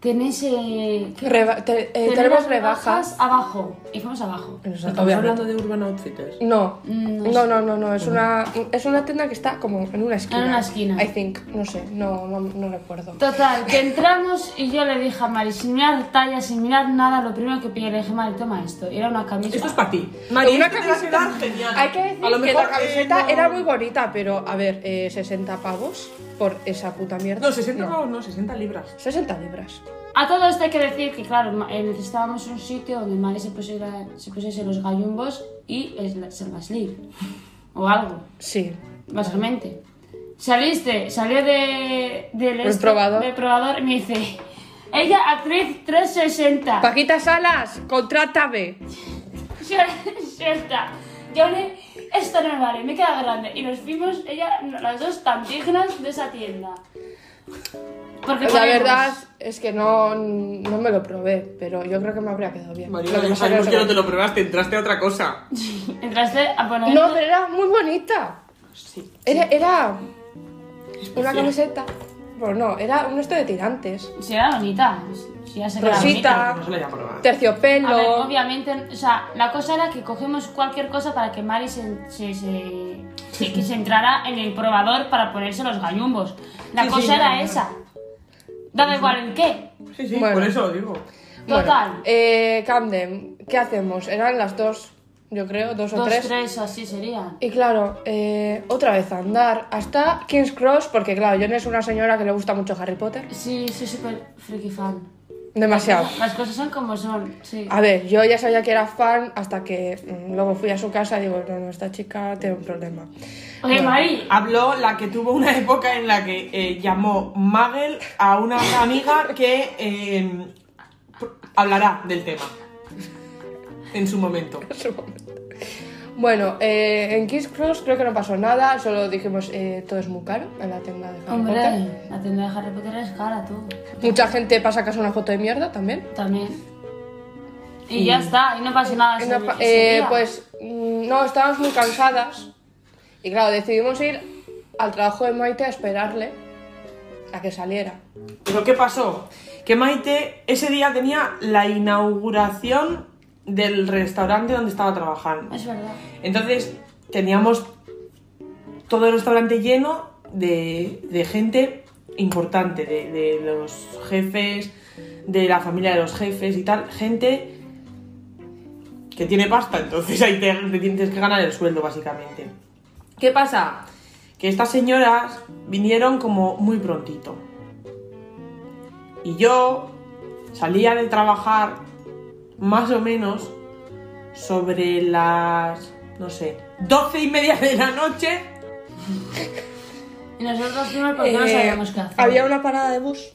A: tenéis... eh, ¿qué?
C: Reba- te- eh,
A: Tener
C: tenemos
A: las
C: rebajas.
A: abajo. Y fuimos abajo.
B: Estamos hablando de Urban Outfitters.
C: No,
A: Mm,
C: no, no, no, no, es una, es una tienda que está como en una esquina.
A: En una esquina.
C: I think, no sé, no, no, no recuerdo.
A: Total, que entramos y yo le dije a Mari, sin mirar talla, sin mirar nada, lo primero que pillé, le dije, Mari, toma esto. Y era una camisa.
B: Esto es para ti. María,
C: Una
B: esto te va a
C: camiseta-
B: quedar genial.
C: Hay que decir
B: A lo
C: que
B: mejor,
C: la
B: eh,
C: camiseta
B: no-
C: era muy bonita, pero a ver, eh, 60 pavos por esa puta mierda.
B: No, 60 pavos no, 60 libras.
C: 60 libras.
A: A todo esto hay que decir que, claro, ma- eh, necesitábamos un sitio donde Mari se pusiera, se pusiese los gallumbos y el salvaslip. O algo,
C: Sí.
A: básicamente. Saliste, salió de, del este,
C: Del probador.
A: del probador y me dice, ella actriz 360.
C: Paquita Salas, contrátame.
A: Suelta. Yo le, esto no me vale, me queda grande. Y nos fuimos, ella, las dos tan dignas de esa tienda. Porque
C: La
A: podemos.
C: verdad es que no, no me lo probé, pero yo creo que me habría quedado bien.
B: María,
C: Lo que
B: ya
C: pasa es que
B: sabemos que
C: no
B: no
C: se
B: te lo probaste, entraste a otra cosa.
A: Entraste a poner...
C: me- No, pero era muy bonita.
B: Sí.
C: Era, era una camiseta. Bueno, no, era un esto de tirantes.
A: Si era bonita, si ya se
C: Rosita.
B: No se la haya probado.
A: A ver,
C: Terciopelo.
A: obviamente, o sea, la cosa era que cogemos cualquier cosa para que Mari se, se, se- se- que se entrara en el probador para ponerse los gallumbos. La
B: Sí, sí,
A: cosa
B: ya,
A: era
B: ya.
A: esa. Daba igual en qué.
B: Sí, sí,
C: Bueno.
B: por eso lo digo.
C: Bueno,
A: Total.
C: eh, Camden, ¿qué hacemos? Eran las dos, yo creo, dos o
A: Dos,
C: tres.
A: tres, así sería.
C: Y claro, eh, otra vez a andar hasta King's Cross, porque claro, John es una señora que le gusta mucho Harry Potter.
A: Sí, soy súper friki fan.
C: Demasiado.
A: Las cosas son como son, sí.
C: A ver, yo ya sabía que era fan hasta que mm, luego fui a su casa y digo, no, no, esta chica tiene un problema.
A: Oye,
C: Bueno,
A: Mari,
B: Habló la que tuvo una época en la que eh, llamó Magel a una amiga que eh, pr- hablará del tema en su momento.
C: Bueno, eh, en King's Cross creo que no pasó nada, solo dijimos, eh, todo es muy caro en la tienda de Harry Potter.
A: hombre, la tienda de Harry Potter es cara, tú.
C: Mucha gente pasa casa una foto de mierda también.
A: También. Y ya está, y no pasa nada.
C: No,
A: ese-
C: pa-
A: ese
C: eh,
A: día.
C: pues mm, no, estábamos muy cansadas y claro, decidimos ir al trabajo de Maite a esperarle a que saliera.
B: Pero Pues, ¿qué pasó? Que Maite ese día tenía la inauguración del restaurante donde estaba trabajando.
A: Es verdad.
B: Entonces teníamos todo el restaurante lleno de, de gente importante de, de los jefes, de la familia de los jefes y tal, gente que tiene pasta, entonces ahí te, te tienes que ganar el sueldo básicamente. ¿Qué pasa? Que estas señoras vinieron como muy prontito. Y yo salía de trabajar más o menos sobre las, no sé, doce y media de la noche.
A: Y nosotros fuimos porque no sabíamos qué hacer.
C: Eh, había una parada de bus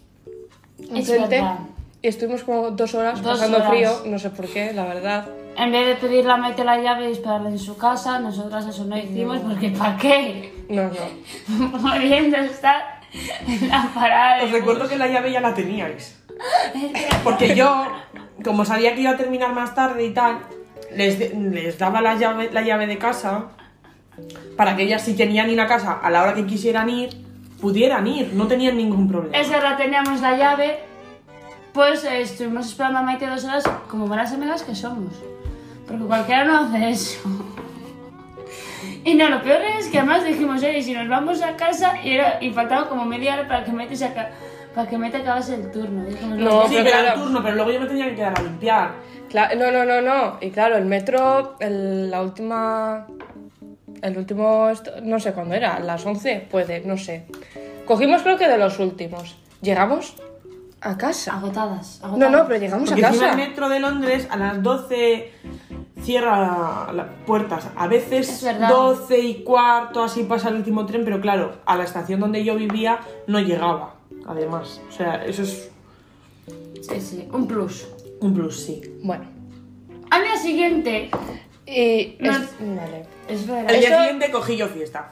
C: enfrente
A: verdad.
C: y estuvimos como dos horas
A: Dos
C: pasando
A: horas.
C: frío, no sé por qué, la verdad.
A: En vez de pedirle a meter la llave y esperarla en su casa, nosotras eso no hicimos porque ¿para qué?
C: No, no.
A: Volviendo a estar en la parada. de
B: Os recuerdo
A: bus.
B: que la llave ya la teníais. Porque yo, como sabía que iba a terminar más tarde y tal, les, de- les daba la llave, la llave de casa para que ellas si querían ir a casa a la hora que quisieran ir, pudieran ir, no tenían ningún problema.
A: Esa hora teníamos la llave, pues eh, estuvimos esperando a Maite dos horas como buenas amigas que somos. Porque cualquiera no hace eso. Y no, lo peor es que además dijimos, oye, si nos vamos a casa, y, era, y faltaba como media hora para que Maite, se aca- para que Maite acabase el turno. Dijimos,
C: No,
A: vamos.
B: sí,
C: pero
B: pero era el
C: claro.
B: turno, pero luego yo me tenía que quedar a limpiar.
C: Cla- no, no, no, no. Y claro, el metro, el- la última. El último. est- No sé cuándo era, las 11, puede, no sé. Cogimos, creo que de los últimos. Llegamos a casa.
A: Agotadas, agotadas.
C: No, no, pero llegamos a
B: Porque encima
C: casa.
B: el metro de Londres a las 12 cierra las puertas. A
A: Es
B: veces
A: verdad.
B: 12 y cuarto, así pasa el último tren, pero claro, a la estación donde yo vivía no llegaba. Además, o sea, eso es
A: Sí, sí, un plus.
B: un plus, sí.
C: Bueno.
A: Al día siguiente,
C: Y.
A: No.
C: es- vale.
A: es verdad.
B: El día
C: Eso-
B: siguiente cogí yo fiesta.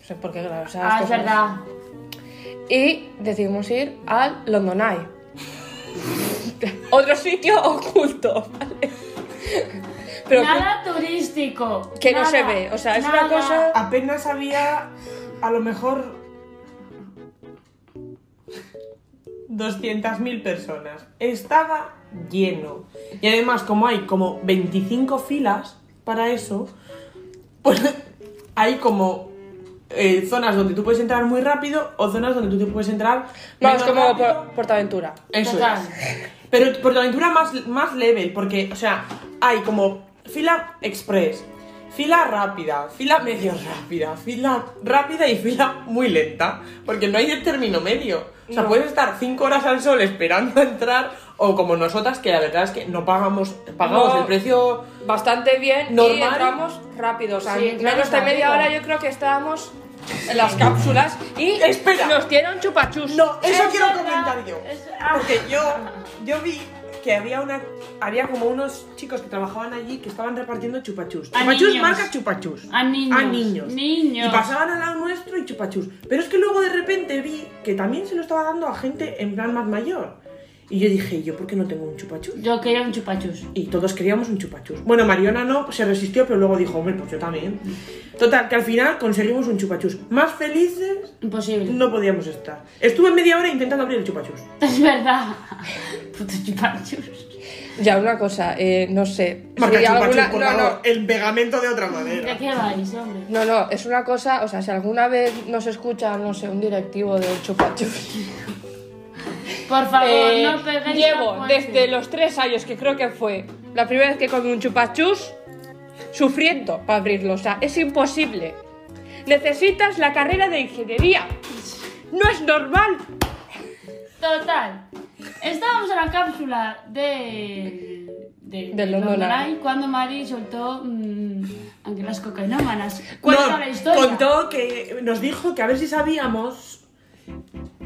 C: No sé por qué, claro. o sea,
A: Ah, es
C: estas cosas-
A: verdad.
C: Y decidimos ir al London Eye. Otro sitio oculto, ¿vale? Pero
A: nada turístico.
C: que no
A: nada,
C: se ve, o sea, es una
A: nada.
C: cosa-
B: Apenas había, a lo mejor, 200.000 personas. Estaba lleno. Y además, como hay como 25 filas para eso, pues hay como eh, zonas donde tú puedes entrar muy rápido o zonas donde tú te puedes entrar...
C: vamos,
B: menos
C: como
B: rápido.
C: por, Portaventura.
B: Eso
A: Total.
B: es. Pero PortAventura más, más level, porque, o sea, hay como fila express, fila rápida, fila medio rápida, fila rápida y fila muy lenta, porque no hay el término medio. O sea,
C: No.
B: puedes estar cinco horas al sol esperando a entrar, o como nosotras, que la verdad es que no pagamos, pagamos
C: No.
B: el precio...
C: Bastante bien y
B: Normal.
C: entramos rápido. O sea,
A: Sí,
C: en
A: claro,
C: menos de media
A: rápido.
C: hora yo creo que estábamos en las cápsulas y
B: Espera.
C: nos dieron chupachus.
B: No, eso
A: Es
B: quiero
A: verdad,
B: comentar yo.
A: es- ah.
B: Porque yo, yo vi que había una había como unos chicos que trabajaban allí que estaban repartiendo chupachus.
A: A
B: Chupachus
A: niños.
B: marca chupachus.
A: A niños.
B: A niños.
A: Niños.
B: Y pasaban al lado nuestro y chupachus. Pero es que luego de repente vi que también se lo estaba dando a gente en plan más mayor. Y yo dije, ¿y yo por qué no tengo un chupachus?
A: Yo quería un chupachus.
B: Y todos queríamos un chupachus. Bueno, Mariona no, se resistió, pero luego dijo, hombre, pues yo también. Total, que al final conseguimos un chupachus. Más felices
A: Imposible.
B: no podíamos estar. Estuve media hora intentando abrir el chupachus.
A: Es verdad. Puto chupachus.
C: Ya, una cosa, eh, no sé.
B: Marca
C: si
B: chupachus,
C: alguna-
B: por
C: no, Eh, no,
B: favor. El pegamento de otra
A: ¿De
B: manera.
A: qué vais, hombre?
C: No, no, es una cosa, o sea, si alguna vez nos escucha, no sé, un directivo de Chupachus.
A: Por favor,
C: Eh,
A: no peguéis.
C: llevo
A: tan fuerte.
C: desde los tres años, que creo que fue la primera vez que comí un chupachus, sufriendo para abrirlo. O sea, es imposible. Necesitas la carrera de ingeniería. No es normal.
A: Total. Estábamos en la cápsula de. de,
C: Del London Eye.
A: cuando Mari soltó. mm, aunque las cocainómanas. Cuenta
B: No,
A: la historia.
B: Contó que nos dijo que a ver si sabíamos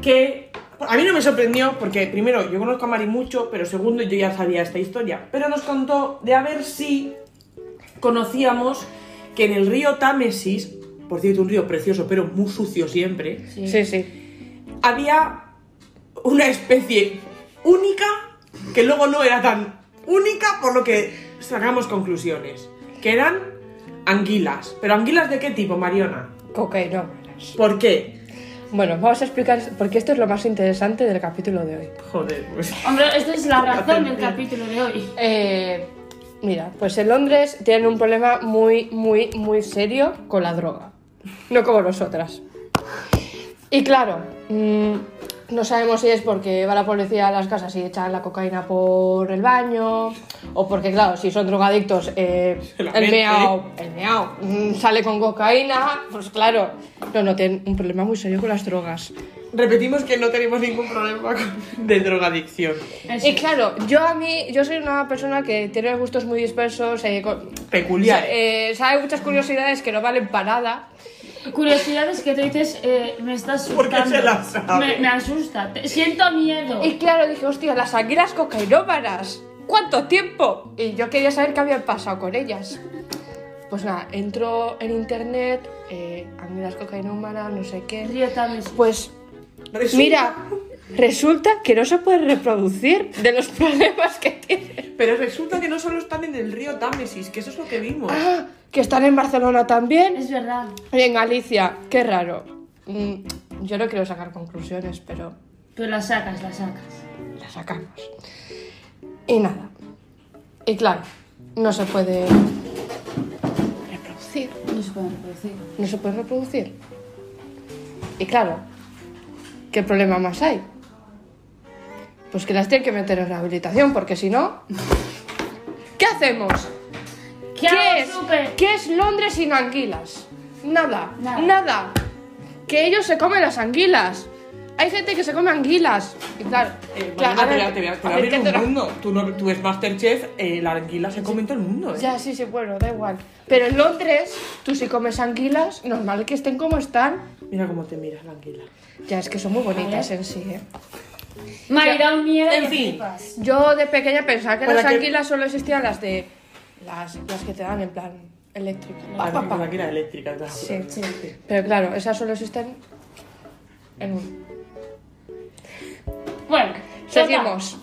B: que. A mí no me sorprendió porque, primero, yo conozco a Mari mucho, pero segundo, yo ya sabía esta historia. Pero nos contó de a ver si conocíamos que en el río Támesis, por cierto, un río precioso, pero muy sucio siempre,
A: Sí.
C: sí.
B: había una especie única que luego no era tan única, por lo que sacamos conclusiones. Que eran anguilas. ¿Pero anguilas de qué tipo, Mariona?
C: Cocainómanas.
B: ¿Por qué?
C: Bueno, vamos a explicar, porque esto es lo más interesante del capítulo de hoy.
B: Joder, pues.
A: Hombre, esta es la razón del capítulo de hoy.
C: Eh, mira, pues en Londres tienen un problema muy, muy, muy serio con la droga. No como nosotras. Y claro, Mm, no sabemos si es porque va la policía a las casas y echan la cocaína por el baño, o porque, claro, si son drogadictos, eh,
B: la
C: el
B: mete.
C: meao, el meao, mm, sale con cocaína, pues claro. No, no, tienen un problema muy serio con las drogas.
B: Repetimos que no tenemos ningún problema con- de drogadicción.
A: Eso.
C: Y claro, yo a mí, yo soy una persona que tiene gustos muy dispersos, eh, co-
B: Peculiar.
C: eh, sabe muchas curiosidades que no valen para nada.
A: Curiosidades que tú dices, eh, me está asustando.
B: ¿Por qué se la sabe?
A: Me, me asusta. te- siento miedo.
C: Y claro, dije, hostia, las anguilas cocainómanas. ¿Cuánto tiempo? Y yo quería saber qué había pasado con ellas. Pues nada, entro en internet, eh, anguilas cocainómanas, no sé qué.
A: Río también.
C: Pues
B: Resulta-
C: mira, resulta que no se puede reproducir de los problemas que tiene.
B: Pero resulta que no solo están en el río Támesis, que eso es lo que vimos.
C: Ah, que están en Barcelona también.
A: Es verdad.
C: Y en Galicia, qué raro. Mm, yo no quiero sacar conclusiones, pero
A: Pero la sacas, la sacas.
C: la sacamos. Y nada. Y claro, no se puede reproducir.
A: No se puede reproducir.
C: No se puede reproducir. Y claro, ¿qué problema más hay? Pues que las tienen que meter en rehabilitación, porque si no. ¿Qué hacemos?
A: ¿Qué, hago,
C: es,
A: Super?
C: ¿Qué es Londres sin anguilas? Nada,
A: Nada.
C: nada, Que ellos se comen las anguilas. Hay gente que se come anguilas. Y claro,
B: Eh,
C: claro,
B: Marina,
C: ahora-
B: te voy a, te voy a
C: a ver,
B: abrir
C: ¿qué
B: un
C: te-
B: mundo. Tú, no, tú ves Masterchef, eh, la anguila se come en todo el mundo. eh.
C: Ya, sí, sí, bueno, da igual. Pero en Londres, tú si comes anguilas, normal que estén como están.
B: Mira cómo te miras la anguila.
C: Ya, es que son muy bonitas en sí, ¿eh?
A: Me ha dado un miedo.
B: En
A: que
B: fin.
A: flipas.
C: Yo de pequeña pensaba que
B: Para
C: las
B: que-
C: anguilas solo existían las de... Las, las que te dan en plan eléctrico. Pa, pa,
B: Ah, La
C: pa.
B: anguila eléctrica. claro.
C: Sí.
A: Sí.
C: Pero claro, esas solo existen en un...
A: Bueno,
C: Seguimos.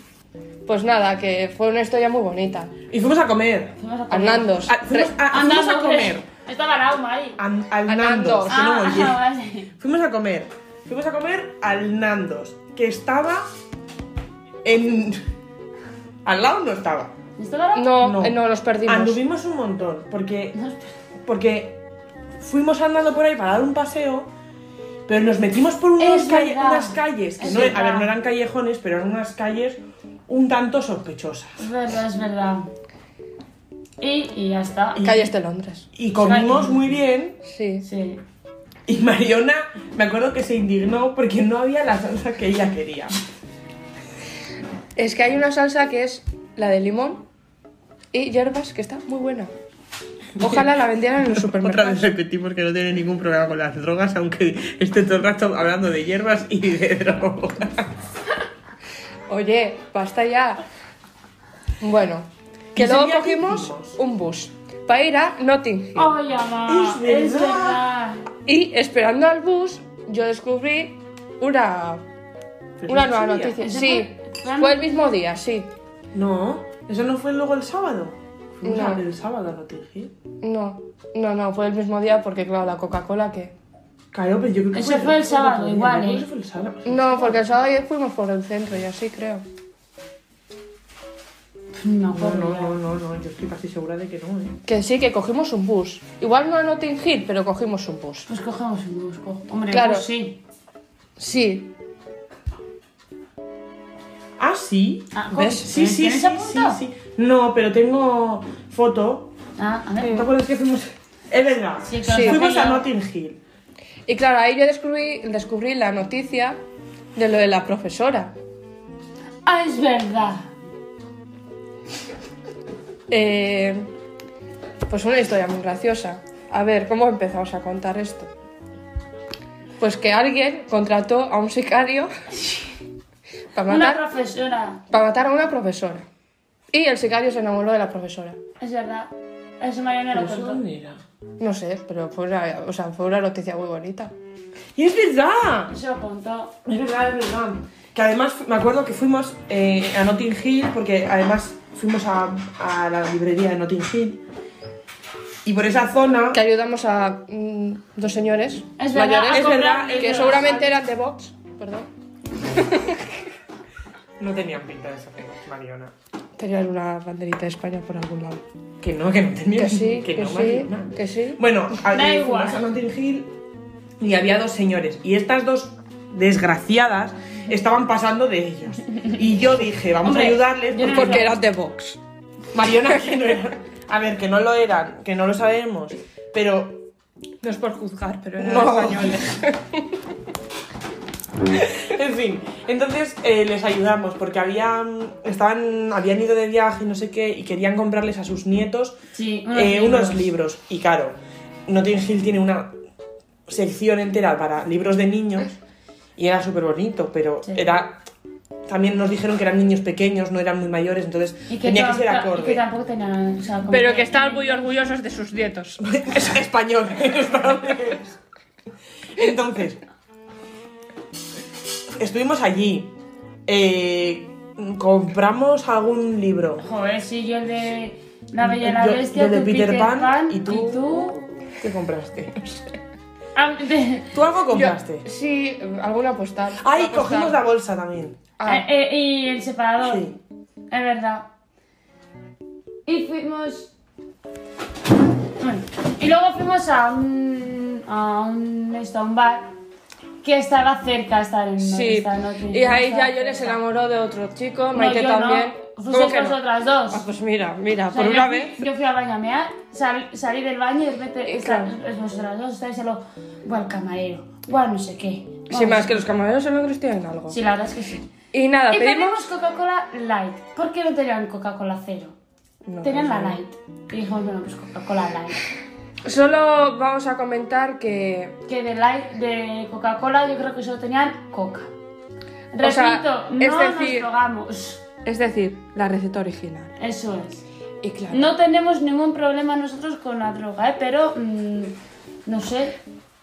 C: Pues nada, que fue una historia muy bonita.
B: Y fuimos a comer.
A: Ah,
C: Arnandos.
B: A- fuimos a, fuimos a comer.
A: Estaba Nauma ahí.
B: An- al
C: A
B: Nandos.
C: Nandos.
B: que no me olvido.
A: Ah, vale.
B: Fuimos a comer. Fuimos a comer al Nandos, que estaba en... Al lado no estaba.
A: ¿Estaba Nauma?
C: No,
B: No.
C: no, no los perdimos.
B: Anduvimos un montón, porque,
A: No.
B: porque fuimos andando por ahí para dar un paseo, pero nos metimos por unos
A: Es
B: calle-
A: verdad.
B: unas calles, que
A: Es
B: no, a
A: verdad.
B: ver, no eran callejones, pero eran unas calles un tanto sospechosas.
A: Es verdad, es verdad. Y, y ya está.
B: Y-
C: Calles de Este Londres.
B: Y comimos muy bien,
C: Sí.
A: Sí.
B: y Mariona, me acuerdo que se indignó porque no había la salsa que ella quería.
C: Es que hay una salsa que es la de limón y hierbas que está muy buena. Ojalá la vendieran en los
B: Otra vez
C: supermercados.
B: repetimos que no tiene ningún problema con las drogas, aunque esté todo el rato hablando de hierbas y de drogas.
C: Oye, basta ya. Bueno, que
B: ¿Y
C: luego
B: sería
C: cogimos
B: Notting Hill?
C: un bus para ir a Notting Hill.
A: Oh, ya va.
B: Es verdad.
A: Es verdad.
C: Y esperando al bus, yo descubrí una, una nueva noticia.
A: ¿Ese
C: Sí,
A: fue-
C: fue el mismo día, sí.
B: No, eso no fue luego el sábado. Fuimos
C: No.
B: a- el sábado a Notting Hill.
C: No, no, no, fue el mismo día porque, claro, la Coca-Cola que.
B: Claro, pero yo creo que
A: Ese fue el sábado,
B: otro día,
A: igual,
B: yo creo que
A: ¿eh?
B: Eso fue el sábado.
C: No, porque el sábado ya fuimos por el centro y así, creo.
A: No,
B: No, no, no, no, no, yo estoy casi segura de que no, ¿eh?
C: Que sí, que cogimos un bus. Igual no a Notting Hill, pero cogimos un bus.
A: Pues cogemos un bus. co- Hombre,
C: Claro.
A: bus sí.
C: Sí,
B: Ah, sí.
A: Ah,
C: ¿Ves?
A: co-
B: Sí, sí,
A: ¿Tienes
B: sí, sí,
A: apuntado?
B: sí. No, pero tengo foto.
A: Ah, a
B: ¿Te
A: ver.
B: acuerdas que fuimos? Es verdad.
A: Sí,
C: Sí.
A: claro.
B: Fuimos a Notting Hill.
C: Y claro, ahí yo descubrí, descubrí la noticia de lo de la profesora.
A: Ah, es verdad.
C: Eh, pues una historia muy graciosa. A ver, ¿cómo empezamos a contar esto? Pues que alguien contrató a un sicario para
A: Una
C: matar,
A: profesora.
C: para matar a una profesora. Y el sicario se enamoró de la profesora.
A: Es verdad. Eso Mariana lo contó.
B: Pues era?
C: No sé, pero fue una, o sea, fue una noticia muy bonita.
B: ¡Y es verdad!
A: Eso lo contó.
B: Es verdad, es verdad. Que además fu- me acuerdo que fuimos eh, a Notting Hill, porque además fuimos a, a la librería de Notting Hill. Y por esa zona.
C: Que ayudamos a mm, dos señores
A: Es verdad,
C: mayores,
A: a
B: es verdad,
A: comprar
B: es
C: que
A: libros.
C: seguramente eran de Vox, perdón,
B: No tenían pinta de eso, Mariona.
C: tenían una banderita de España por algún lado.
B: Que no, que no tenían.
C: Que sí, que,
B: no,
C: sí,
B: Mariona.
C: que sí.
B: Bueno, a-
A: Da
B: eh,
A: igual.
B: fuimos a Notting Hill y había dos señores. Y estas dos desgraciadas estaban pasando de ellos. Y yo dije, vamos
A: Hombre,
B: a ayudarles
A: yo no
B: porque
C: Porque eras de Vox.
B: Mariona que no era. A ver, que no lo eran, que no lo sabemos, pero
C: No es por juzgar, pero eran
B: No.
C: españoles.
B: En fin, entonces eh, les ayudamos porque habían, estaban, habían ido de viaje y no sé qué y querían comprarles a sus nietos
A: Sí, unos
B: eh,
A: libros.
B: unos libros. Y claro, Notting Hill tiene una sección entera para libros de niños y era súper bonito, pero
A: Sí.
B: era... También nos dijeron que eran niños pequeños, no eran muy mayores, entonces
A: Y que,
B: tenía que
A: tam-
B: ser
A: y que
B: acorde.
A: tampoco tenían. o sea, como
C: Pero que están muy orgullosos de sus nietos.
B: es español. entonces- Entonces, estuvimos allí. eh, compramos algún libro.
A: Joder, sí, yo el de La Bella y la
B: Yo-
A: Bestia,
B: yo de
A: tú
B: Peter, Pan, y tú,
A: y tú-
B: ¿Qué compraste?
A: Ah, de-
B: ¿Tú algo compraste?
C: Sí, alguna postal.
B: Ay,
C: Una postal.
B: cogimos la bolsa también.
C: Ah,
A: eh, eh, y el separador.
B: Sí.
A: Es verdad. Y fuimos. Bueno, Y luego fuimos a un. a un. esto, a un bar que estaba cerca, estar en
C: Sí,
A: esta noche.
C: y ahí
A: Estaba
C: ya yo les
A: cerca.
C: enamoró de otro chico,
A: No,
C: Maite
A: yo no.
C: también. ¿Cómo
A: Fuisteis
C: que no?
A: vosotras dos.
C: Ah, pues mira, mira,
A: O sea,
C: por
A: yo
C: una
A: fui-
C: vez.
A: Yo fui al baño a mear, sal- salí del baño y de repente.
C: Y claro.
A: sal- vosotras dos estáis en lo. Buah, el camarero. Buah, no sé qué. buah,
C: Sin
A: no
C: más,
A: sé
C: que los camareros se nos tienen algo.
A: qué". Sí, la verdad es que sí.
C: Y nada,
A: Y
C: pedimos.
A: pedimos Coca-Cola Light. ¿Por qué no tenían Coca-Cola cero?
C: No,
A: tenían
C: no sé.
A: la Light. Y dijimos, bueno, pues Coca-Cola Light.
C: Solo vamos a comentar que.
A: Que de Light, de Coca-Cola, yo creo que solo tenían Coca. Repito,
C: O sea,
A: no
C: es decir-
A: nos drogamos.
C: Es decir, la receta original.
A: Eso es.
C: Y claro.
A: No tenemos ningún problema nosotros con la droga, ¿eh? Pero, mm, no sé.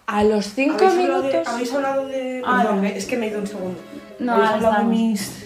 C: A los cinco
B: ¿Habéis hablado de-
C: minutos.
B: ¿Habéis hablado de.?
A: Ah,
B: Perdón,
A: no.
B: es que me he ido un segundo.
A: No,
B: ¿Habéis
A: ahora
B: hablado de
A: estamos.
B: mis,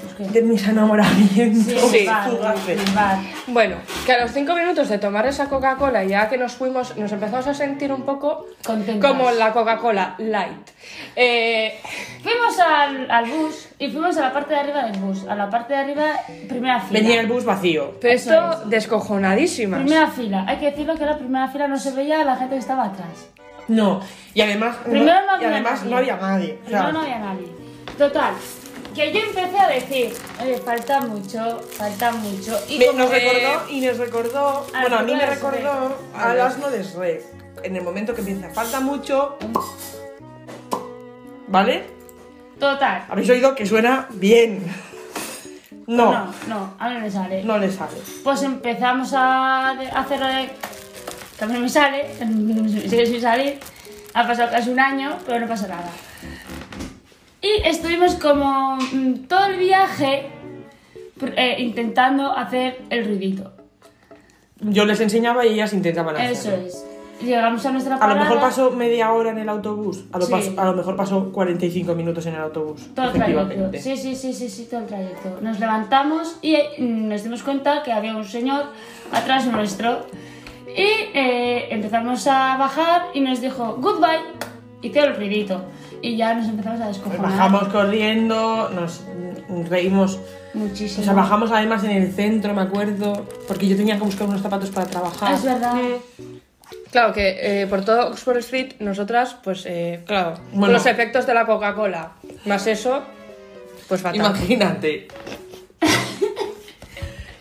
A: Pues que...
B: de mis enamoramientos?
A: Sí,
C: Sí.
A: el bar,
B: Fugaces.
A: el bar.
C: Bueno, que a los cinco minutos de tomar esa Coca-Cola, ya que nos fuimos, nos empezamos a sentir un poco
A: Contentas.
C: como la Coca-Cola Light. Eh,
A: Fuimos al, al bus y fuimos a la parte de arriba del bus. A la parte de arriba, primera fila.
B: Venía el bus vacío.
C: pero
A: Eso
C: esto descojonadísimas.
A: Primera fila. Hay que decirlo que en la primera fila no se veía a la gente que estaba atrás.
B: No, y además, no,
A: Primero no
B: y
A: había
B: además
A: nadie.
B: no había nadie. o sea,
A: Primero no había nadie. Total, que yo empecé a decir, "Oye, falta mucho, falta mucho. Y
B: Me- eh,
A: como
B: nos
A: que-
B: recordó y nos recordó,
A: al
B: bueno, a mí me
A: Nicolás
B: recordó al asno de Shrek. En el momento que empieza, falta mucho. ¿Vale?
A: Total.
B: Habéis oído que suena bien. No,
A: No, no, a mí no me sale.
B: no le sale.
A: Pues empezamos a de- a hacer lo de- que a mí no me sale, sigue sin salir. Ha pasado casi un año, pero no pasa nada. Y estuvimos como mm, todo el viaje pr- eh, intentando hacer el ruidito.
B: Yo les enseñaba y ellas intentaban hacerlo.
A: Eso es. Llegamos a nuestra
B: A lo
A: parada.
B: mejor pasó media hora en el autobús, a lo,
A: Sí.
B: pas- a lo mejor pasó 45 minutos en el autobús.
A: Todo el trayecto.
B: efectivamente.
A: Sí, sí, sí, sí, sí, todo el trayecto. Nos levantamos y eh, nos dimos cuenta que había un señor atrás nuestro. Y eh, empezamos a bajar y nos dijo goodbye. Hice el ruidito. Y ya nos empezamos a descojonar.
B: Pues Bajamos corriendo, nos reímos
A: Muchísimo.
B: O sea, bajamos además en el centro, me acuerdo, porque yo tenía que buscar unos zapatos para
A: Ah,
B: trabajar.
A: es verdad.
C: Claro que eh, por todo Oxford Street nosotras, pues eh, claro, con
B: Bueno.
C: los efectos de la Coca-Cola, más eso, pues fatal.
B: Imagínate.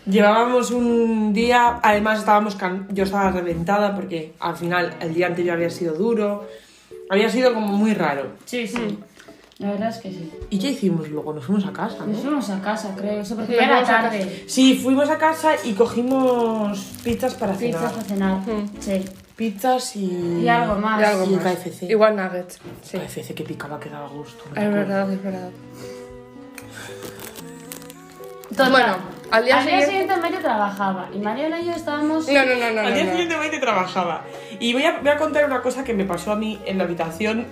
B: Llevábamos un día, además estábamos can- yo estaba reventada porque al final el día anterior había sido duro, había sido como muy raro.
A: Sí, sí. La verdad es que sí.
B: ¿Y qué hicimos luego? Nos fuimos a casa,
A: Nos
B: ¿no?
A: fuimos a casa, creo. Eso porque
C: Nos
A: ya era
C: fuimos a
A: tarde.
B: Sí, fuimos a casa y cogimos pizzas para cenar.
A: Pizzas para cenar. Sí.
B: Pizzas y...
A: Y algo más.
C: Y algo
B: Y
C: más.
B: KFC.
C: Igual nuggets, sí.
B: KFC que picaba, que daba gusto. me
C: Es
B: acuerdo.
C: verdad, es verdad.
A: Total.
C: Bueno, al día siguiente-
A: Mario trabajaba y Mariana y yo estábamos.
C: No, no, no, no.
B: Al día
C: no, no.
B: siguiente Maite trabajaba. Y voy a, voy a contar una cosa que me pasó a mí en la habitación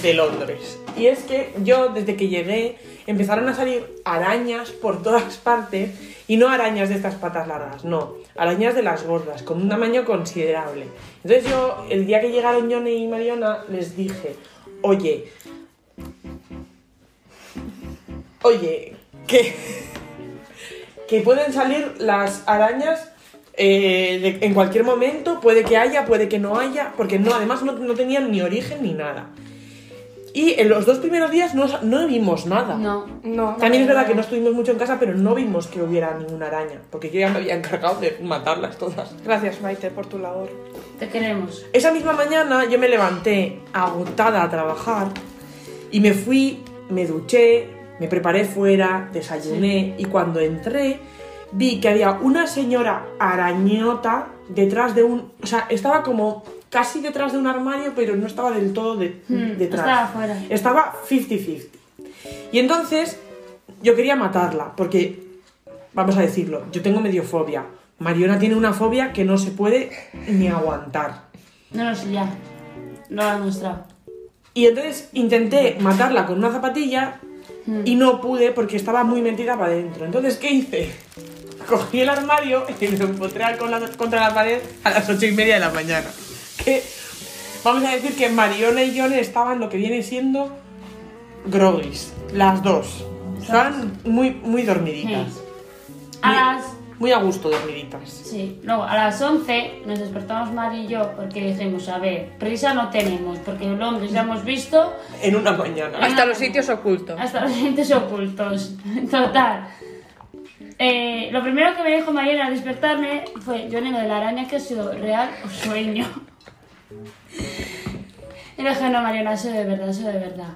B: de Londres. Y es que yo, desde que llegué, empezaron a salir arañas por todas partes. Y no arañas de estas patas largas, no. Arañas de las gordas, con un tamaño considerable. Entonces yo, el día que llegaron Johnny y Mariona, les dije, oye, oye, que, que pueden salir las arañas eh, de- en cualquier momento, puede que haya, puede que no haya, porque no, además no, no tenían ni origen ni nada. Y en los dos primeros días no, no vimos nada.
A: No.
C: No.
B: También es verdad que no estuvimos mucho en casa, pero no vimos que hubiera ninguna araña, porque yo ya me había encargado de matarlas todas.
D: Gracias, Maite, por tu labor.
A: Te queremos.
B: Esa misma mañana yo me levanté agotada a trabajar y me fui, me duché, me preparé fuera, desayuné y cuando entré vi que había una señora arañota detrás de un... O sea, estaba como casi detrás de un armario, pero no estaba del todo de-
A: Hmm,
B: detrás.
A: estaba fuera.
B: Estaba 50-50. Y entonces yo quería matarla, porque, vamos a decirlo, yo tengo medio fobia. Mariona tiene una fobia que no se puede ni aguantar.
A: No lo sé ya. Lo ha demostrado.
B: Y entonces intenté matarla con una zapatilla
A: Mm.
B: y no pude porque estaba muy metida para adentro. Entonces, ¿qué hice? Cogí el armario y lo encontré al- con la- contra la pared a las ocho y media de la mañana. Que vamos a decir que Mariona y John estaban lo que viene siendo grogis, las dos. Estaban muy, muy dormiditas.
A: Sí. A
B: Muy-
A: las
B: Muy a gusto dormiditas.
A: Sí, luego a las 11 nos despertamos Mari y yo porque dijimos, a ver, prisa no tenemos, porque en Londres ya hemos visto
B: En una mañana.
C: Hasta los sitios ocultos.
A: hasta los entes ocultos. Total. Eh, lo primero que me dijo Mariana al despertarme fue, yo lo de la araña que ha sido real o sueño. Y le dije, no Mariana, eso de verdad, eso de verdad.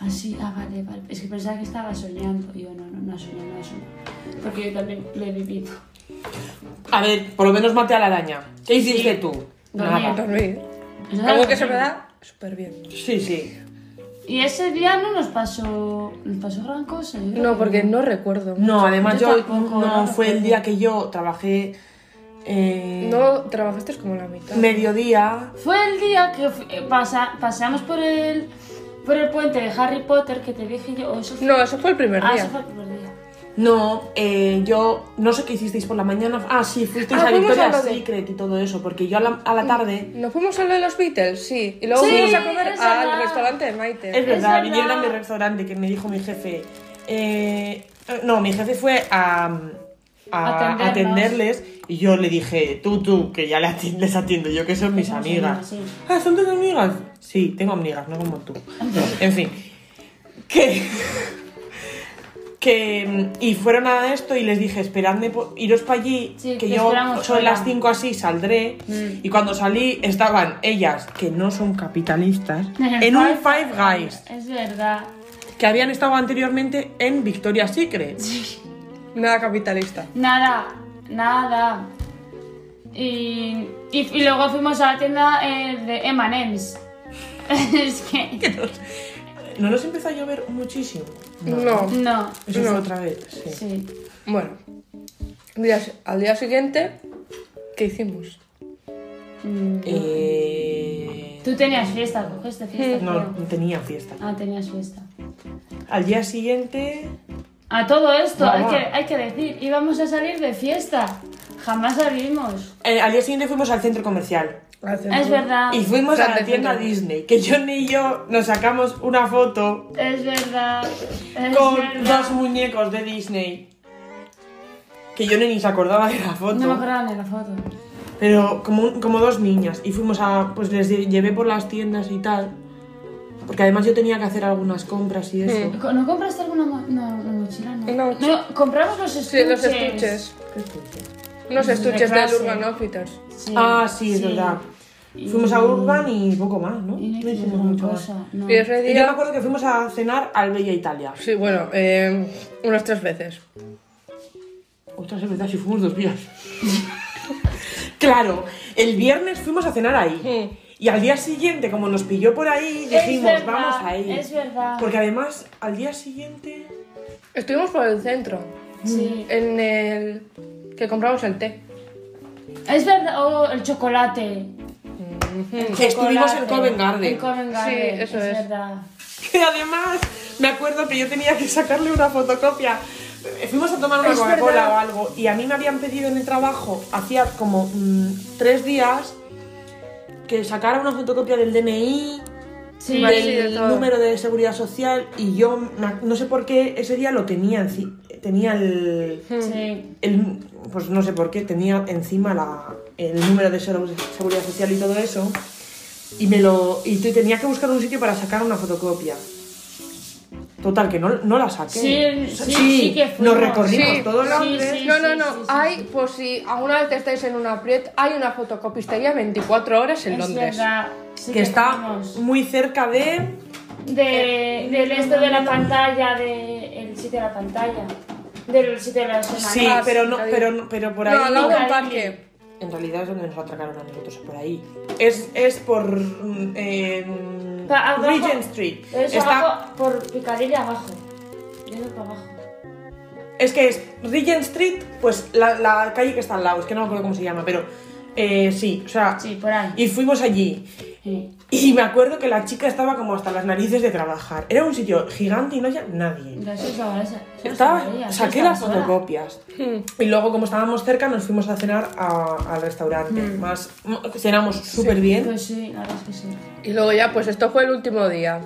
A: Así, ah, vale, vale. Es que pensaba que estaba soñando. Y yo, no, no, no ha soñado, no ha soñado. Porque yo también lo he vivido.
B: A ver, por lo menos maté a la araña. ¿Qué hiciste tú?
A: Dormí.
C: Dormir.
B: Pues
C: Algo que se me da súper bien.
B: Sí, sí.
A: Y ese día no nos pasó, nos pasó gran cosa. yo creo
C: No,
A: que
C: porque no recuerdo.
B: No, además
A: Yo
B: yo,
A: tampoco,
B: no
A: no
B: fue el
A: recuerdo.
B: día que yo trabajé eh,
C: No trabajaste como la mitad.
B: mediodía.
A: Fue el día que fu- eh, pasa- paseamos por el, por el puente de Harry Potter que te dije yo. o eso fue-
C: No, eso fue el primer
A: ah,
C: día.
A: eso fue el primer día.
B: No, eh, yo no sé qué hicisteis por la mañana. Ah, sí, fuisteis
C: Ah,
B: a
C: fuimos a
B: Victoria's
C: lo de-
B: Secret y todo eso, porque yo a la, a la tarde.
C: Nos fuimos a lo de los Beatles, sí. Y luego
A: Sí,
C: fuimos a comer
A: es
C: al
A: verdad.
C: restaurante de Maite.
B: Es verdad,
A: verdad.
B: vinieron a mi restaurante que me dijo mi jefe. eh, eh, no, mi jefe fue a, a
A: Atendernos.
B: atenderles y yo le dije, tú, tú, que ya le ati- les atiendo yo, que son mis
A: somos
B: amigas.
A: amigas, sí.
B: Ah, ¿son tus amigas? Sí, tengo amigas, no como tú. en fin. Que. que. mm, Y fueron a esto y les dije, esperadme, po- iros para allí,
A: Sí,
B: que
A: te
B: yo
A: esperamos Mm.
B: son
A: fuera".
B: las 5 así, saldré. Y cuando salí, estaban ellas, que no son capitalistas, en un Five Guys
A: Es verdad.
B: que habían estado anteriormente en Victoria's Secret.
C: Nada capitalista.
A: Nada, nada. Y, y, y luego fuimos a la tienda eh, de M&M's. es que...
B: ¿No nos empezó a llover muchísimo?
C: No.
A: No,
B: Eso fue
C: No.
B: otra vez, sí.
A: sí.
C: Bueno. días- al día siguiente, ¿qué hicimos?
A: Mm,
B: Eh,
A: Tú tenías fiesta, cogiste fiesta.
B: No,
A: creo.
B: no tenía fiesta.
A: Ah, tenías fiesta.
B: Al día siguiente...
A: A todo esto, hay
B: Mamá.
A: que, hay que decir, íbamos a salir de fiesta. Jamás salimos.
B: eh, al día siguiente fuimos al centro comercial.
A: Es verdad,
B: Y fuimos a la
C: Grande
B: tienda
C: centro.
B: Disney, que John y yo nos sacamos una foto
A: es verdad. Es
B: con
A: verdad.
B: dos muñecos de Disney. Que yo ni se acordaba de la foto.
A: No me acordaba de la foto.
B: Pero como, un- como dos niñas. Y fuimos a. Pues les lle- llevé por las tiendas y tal. Porque además yo tenía que hacer algunas compras y eso.
A: Co- ¿No compraste alguna mo- no, una mochila? No.
C: Una mochila.
A: No, compramos los
C: Sí,
A: estuches.
C: los estuches.
B: ¿Qué estuche?
C: Los
A: De
C: estuches del
A: clase.
C: Urban Outfitters.
A: Sí,
B: ah, sí, es
A: sí.
B: verdad.
A: Y-
B: Fuimos a Urban y poco más, ¿no?
A: Y
B: No
A: no hicimos
B: hicimos
A: gran
B: mucho más.
A: cosa. no.
C: Y ese
B: Y Yo me
C: día...
B: acuerdo que fuimos a cenar al Bella Italia.
C: Sí, bueno, eh, unas tres veces.
B: Ostras, es verdad, si fuimos dos días. claro, el viernes fuimos a cenar ahí. Y al día siguiente, como nos pilló por ahí,
A: Es
B: dijimos,
A: verdad,
B: vamos ahí.
A: Es verdad.
B: Porque además, al día siguiente.
C: Estuvimos por el centro,
A: Sí.
C: en el que compramos el té.
A: Es verdad. Oh, el chocolate.
B: Que estuvimos en
A: Chocolate.
B: Covent Garden.
A: En Covent Garden.
C: Sí, eso es.
A: verdad.
B: Que además, me acuerdo que yo tenía que sacarle una fotocopia. Eh, Fuimos a tomar una
C: Es
B: Coca-Cola
C: verdad.
B: o algo y a mí me habían pedido en el trabajo, hacía como mm, tres días, que sacara una fotocopia del DNI,
A: Sí,
C: Vale, sí,
B: del
C: de todo.
B: número de seguridad social y yo na- no sé por qué ese día lo tenía, enci- tenía el,
A: sí.
B: el- Pues no sé por qué, tenía encima la, el número de segu- seguridad social y todo eso. Y me lo. Y te- tenía que buscar un sitio para sacar una fotocopia. Total, que no, no la saqué.
A: Sí,
B: O sea,
A: sí, sí que
B: Nos
A: fuimos.
B: recorrimos
C: Sí,
B: todo
C: sí,
B: Londres.
A: sí,
C: No, no,
A: sí,
C: no.
A: sí, sí.
C: hay, pues si alguna vez estáis en una apriet, hay una fotocopistería 24 horas en
A: Es
C: Londres.
A: verdad, sí
B: Que está
A: fuimos.
B: muy cerca de.
C: Eh,
A: De, del esto de la pantalla, de el sitio de la pantalla, del sitio de la escena.
B: Sí,
C: atrás,
B: pero no,
C: ahí.
B: pero no- pero por ahí.
C: No, al lado
A: no
C: del
A: hay.
C: parque.
B: En realidad es donde nos atracaron a nosotros, por ahí. Es, es por. mm, eh,
A: Pa- abajo.
B: Regent Street.
A: Eso
B: Está-
A: abajo, por Picadilly abajo. Yendo para abajo.
B: Es que es Regent Street, pues la, la calle que está al lado, es que no me acuerdo cómo se llama, pero. eh, sí, o sea.
A: Sí, por ahí.
B: Y fuimos allí.
A: Sí.
B: Y me acuerdo que la chica estaba como hasta las narices de trabajar. Era un sitio gigante y no había nadie.
A: Yo sí estaba esa. yo
B: Estaba,
A: estaba ella, sí,
B: saqué
A: estaba
B: las
A: sola. Hmm.
B: fotocopias. Y luego, como estábamos cerca, nos fuimos a cenar a- al restaurante. Más, m- cenamos súper bien.
A: Pues Hmm. sí, la verdad es que sí.
C: Y luego ya, pues esto fue el último día.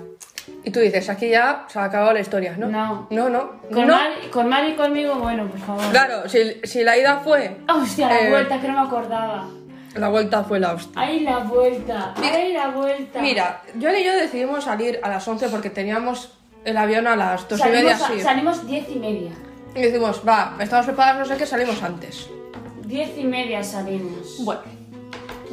C: Y tú dices, aquí ya se ha acabado la historia, ¿no?
A: No.
C: No, no.
A: Con,
C: no.
A: Mari, con Mari y conmigo, bueno, por favor.
C: Claro, si, si la ida fue,
A: Hostia, la
C: Eh.
A: vuelta, que no me acordaba.
C: la vuelta fue la hostia.
A: Ahí la vuelta,
C: Mira-
A: ahí la vuelta.
C: Mira, Joan y yo decidimos salir a las 11 porque teníamos el avión a las 2 y media
A: salimos,
C: así.
A: a- salimos diez y media.
C: Y decimos, va, estamos preparados, no sé qué, salimos antes.
A: Diez y media salimos.
C: Bueno,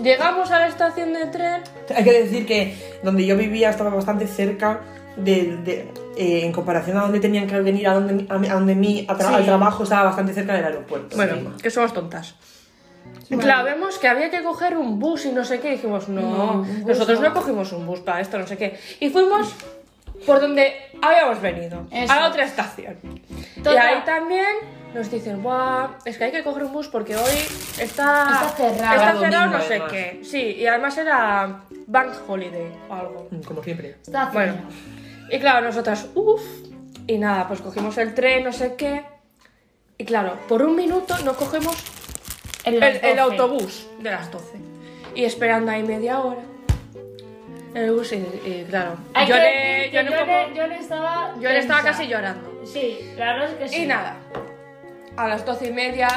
C: llegamos a la estación de tren.
B: Hay que decir que donde yo vivía estaba bastante cerca de. de- eh, en comparación a donde tenían que venir, a donde, a, a donde mí, a tra-
A: Sí.
B: al trabajo, estaba bastante cerca del aeropuerto.
C: Bueno,
B: Sí.
C: que somos tontas. Claro, vemos que había que coger un bus y no sé qué. Dijimos,
A: No,
C: no,
A: un bus
C: nosotros
A: no.
C: no cogimos un bus para esto, no sé qué. Y fuimos por donde habíamos venido,
A: Eso.
C: a la otra estación. Y
A: Total.
C: ahí también nos dicen, guau, es que hay que coger un bus porque hoy está,
A: Está
C: Está
A: cerrado.
B: Era
C: cerrado, no
B: domingo,
C: sé
B: además.
C: qué. Sí, y además era Bank Holiday o algo.
B: Mm, Como siempre.
A: Está
C: Bueno,
A: cerrado.
C: y claro, nosotras, uff, y nada, pues cogimos el tren, no sé qué. Y claro, por un minuto no cogemos el,
A: las
C: el
A: 12.
C: autobús de las 12. Y esperando ahí media hora. El bus, y, y claro,
A: Hay
C: yo
A: que
C: le,
A: decir que
C: yo le
A: yo
C: como-
A: le- yo le estaba.
C: yo le estaba
A: tensa.
C: casi llorando.
A: Sí, la verdad es que sí.
C: Y nada, a las 12 y media,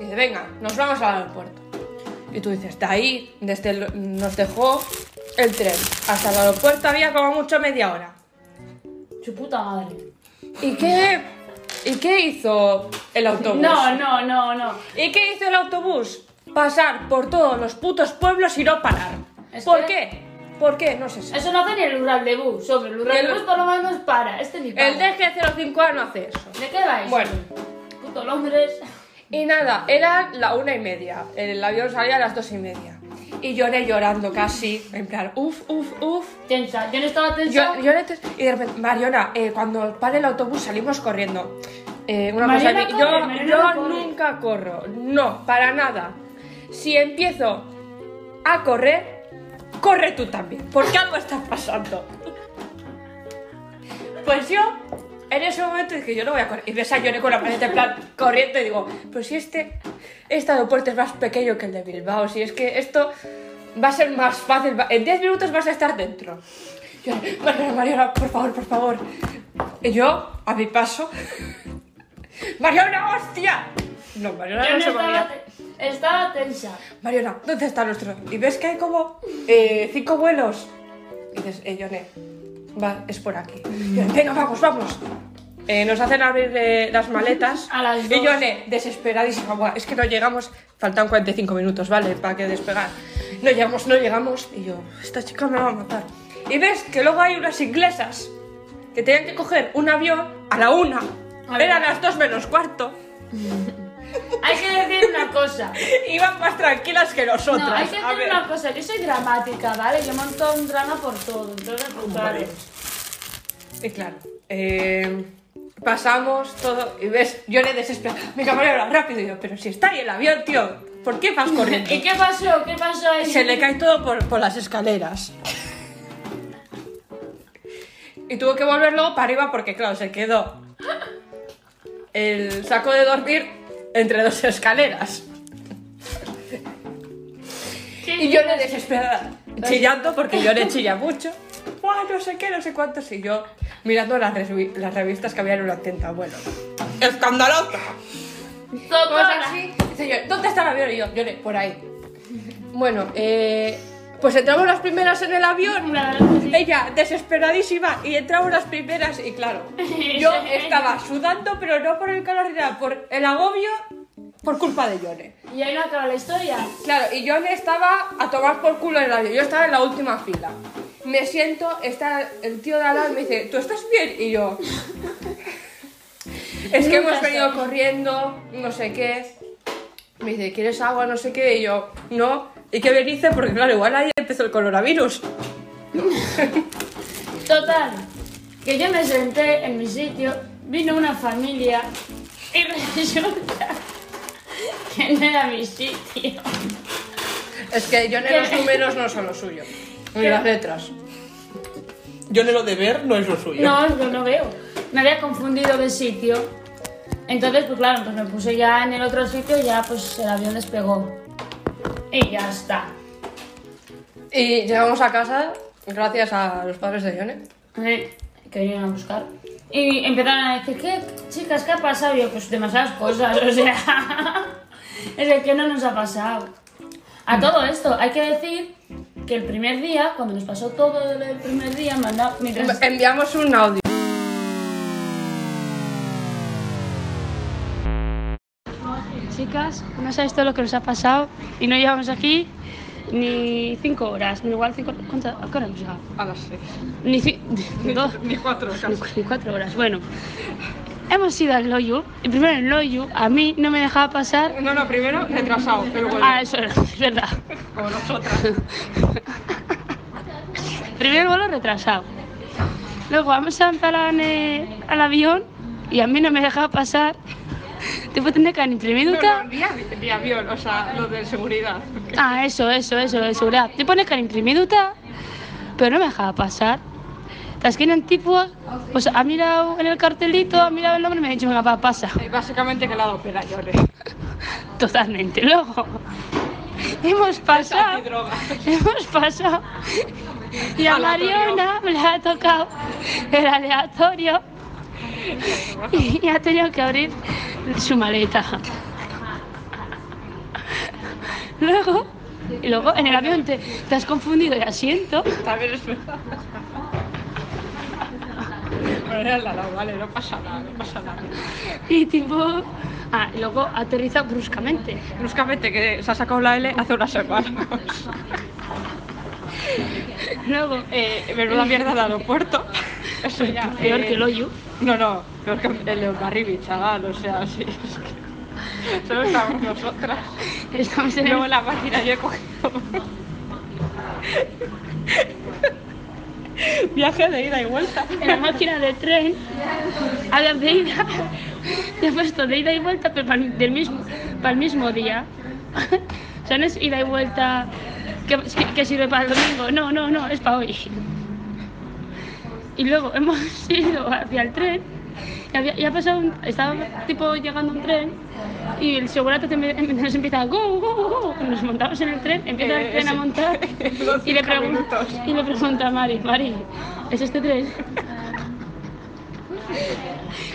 C: dice, venga, nos vamos al aeropuerto. Y tú dices, de ahí, desde el- nos dejó el tren. Hasta el aeropuerto había como mucho media hora.
A: Su puta madre.
C: ¿Y qué, ¿Y qué hizo el autobús?
A: No, no, no, no.
C: ¿Y qué hizo el autobús? Pasar por todos los putos pueblos y no parar.
A: Es
C: ¿Por
A: que-
C: qué? ¿Por qué? No sé. Si.
A: Eso no hace ni el rural de bus. Sobre el rural
C: El-
A: de bus por lo menos para. Este ni para.
C: El DG05A no hace eso.
A: ¿De qué vais?
C: Bueno.
A: Puto Londres.
C: Y nada, era la una y media. El avión salía a las dos y media. Y lloré llorando casi, en plan, uff, uff, uff.
A: Tensa. Yo no estaba tensa.
C: Yo, lloré te- y de repente, Mariona, eh, cuando pare el autobús salimos corriendo. Eh, una
A: Mariona
C: cosa,
A: corre,
C: yo,
A: Mariona
C: yo
A: no corre.
C: nunca corro, no, para nada. Si empiezo a correr, corre tú también, porque algo está pasando. Pues yo, en ese momento dije, yo no voy a correr. Y ves a Yone con la paleta en plan corriendo y digo, pues si este, este aeropuerto es más pequeño que el de Bilbao, si es que esto va a ser más fácil, va- en 10 minutos vas a estar dentro. Yo, Mariana, Mariana, por favor, por favor. Y yo, a mi paso, Mariona, hostia. No, Mariona
A: Yo
C: no
A: no
C: se
A: estaba,
C: movía.
A: te- estaba tensa.
C: Mariona, ¿dónde está nuestro? Y ves que hay como eh, cinco vuelos. Y dices, eh, Yone, va, es por aquí. Y yo, Venga, vamos, vamos. Eh, nos hacen abrir eh, las maletas.
A: A las
C: y
A: dos.
C: Yone, desesperadísima, "Buah, es que no llegamos. Faltan 45 minutos, ¿vale? Para que despegar. No llegamos, no llegamos. Y yo, esta chica me va a matar. Y ves que luego hay unas inglesas que tenían que coger un avión a la una.
A: A ver.
C: Eran las dos menos cuarto.
A: Hay que decir una cosa.
C: Iban más tranquilas que nosotras.
A: No, hay que
C: A
A: decir
C: ver.
A: una cosa. Yo soy dramática, ¿vale? Yo monto un drama por todo. Entonces, pues, claro.
B: Vale.
C: Y claro, eh, pasamos todo y ves, yo le desespero, mi camarero rápido y yo, pero si está ahí el avión, tío, ¿por qué vas corriendo?
A: ¿Y qué pasó? ¿Qué pasó ahí?
C: Se le cae todo por, por las escaleras. Y tuvo que volver luego para arriba porque, claro, se quedó el saco de dormir entre dos escaleras.
A: ¿Qué
C: Y yo le
A: dices?
C: desesperada, chillando porque yo le chilla mucho. Buah, no sé qué, no sé cuántos. Y yo mirando las, revi- las revistas que había en una tienda, bueno.
B: ¡Escandalosa!
A: Todo
C: Cosas
A: así.
C: así. Dice yo, ¿dónde está el avión? Y yo, yo le, por ahí. Bueno, eh, Pues entramos las primeras en el avión.
A: La verdad que sí.
C: Ella, desesperadísima, y entramos las primeras, y claro, yo estaba sudando, pero no por el calor ni nada, por el agobio, por culpa de Yone.
A: Y ahí no acaba la historia.
C: Claro, y Yone estaba a tomar por culo el avión, yo estaba en la última fila. Me siento, está el tío de al lado y me dice, ¿tú estás bien? Y yo, es que
A: Nunca
C: hemos venido
A: estoy.
C: corriendo, no sé qué. Me dice, ¿quieres agua? No sé qué. Y yo, no. ¿Y qué bendice? Porque claro, igual ahí empezó el coronavirus.
A: Total, que yo me senté en mi sitio, vino una familia y resulta que no era mi sitio.
C: Es que yo en los números no son lo suyo. Ni
A: ¿Qué?
C: las letras.
B: Yo en lo de ver no es lo suyo.
A: No, yo no veo. Me había confundido de sitio. Entonces, pues claro, pues me puse ya en el otro sitio y ya pues el avión despegó. Y ya está.
C: Y llegamos a casa gracias a los padres de Yone.
A: Eh, que vinieron a buscar. Y empezaron a decir, ¿qué chicas, qué ha pasado? Y yo, pues demasiadas cosas, o sea, es el que no nos ha pasado. A todo esto, hay que decir que el primer día, cuando nos pasó todo el primer día, manda, mientras...
C: Enviamos un audio.
A: Chicas, no sabéis todo lo que nos ha pasado y no llevamos aquí ni cinco horas, ni igual cinco... ¿Cuántas horas hemos llegado?
C: A las seis.
A: Ni, ci- dos,
C: Ni cuatro
A: ni, cu- ni cuatro horas. Bueno, hemos ido al Loyu. Y primero el Loyu a mí no me dejaba pasar
C: No, no, primero retrasado, pero
A: Ah, eso era, es verdad.
C: como nosotras.
A: Primer vuelo retrasado. Luego vamos a entrar en, eh, al avión y a mí no me dejaba pasar. Tipo, tenía que ni primiduca.
C: de avión, o sea, lo de seguridad.
A: Ah, eso, eso, eso, de seguridad. Te pones que ni primiduta, pero no me dejaba pasar. La esquina antigua, pues ha mirado en el cartelito, ha mirado el nombre y me ha dicho, venga, va, pasa.
C: Básicamente que la dopera, Yone.
A: Totalmente. Luego, hemos pasado. Hemos pasado. Y a Mariona le ha tocado el aleatorio y ha tenido que abrir su maleta. Luego, y luego en el avión te, te has confundido el asiento.
C: También es verdad. Pero era al lado, vale, no pasa nada, no pasa nada.
A: Y tipo. Ah, y luego aterriza bruscamente.
C: Bruscamente que se ha sacado la L hace unas semanas.
A: Luego,
C: Eh, menuda mierda de aeropuerto. Eso ya.
A: peor
C: eh,
A: que el hoyo.
C: No, no, peor que el de Ondarribi, chaval, o sea, sí. Es que solo estamos nosotras.
A: Estamos en el-
C: Luego la máquina yo he cogido. Viaje de ida y vuelta.
A: en la máquina de tren a las de ida te he puesto de ida y vuelta pero para, del mismo, para el mismo día o sea no es ida y vuelta que, que- que sirve para el domingo no, no, no, es para hoy y luego hemos ido hacia el tren y, había, y ha pasado un- estaba tipo llegando un tren y el segurata te- nos empieza go, go, go nos montamos en el tren empieza el
C: Eh,
A: tren a
C: sí.
A: montar
C: Los
A: y le,
C: cinco
A: pregun-
C: minutos.
A: y le pregunta a Mari, Mari, ¿es este tren?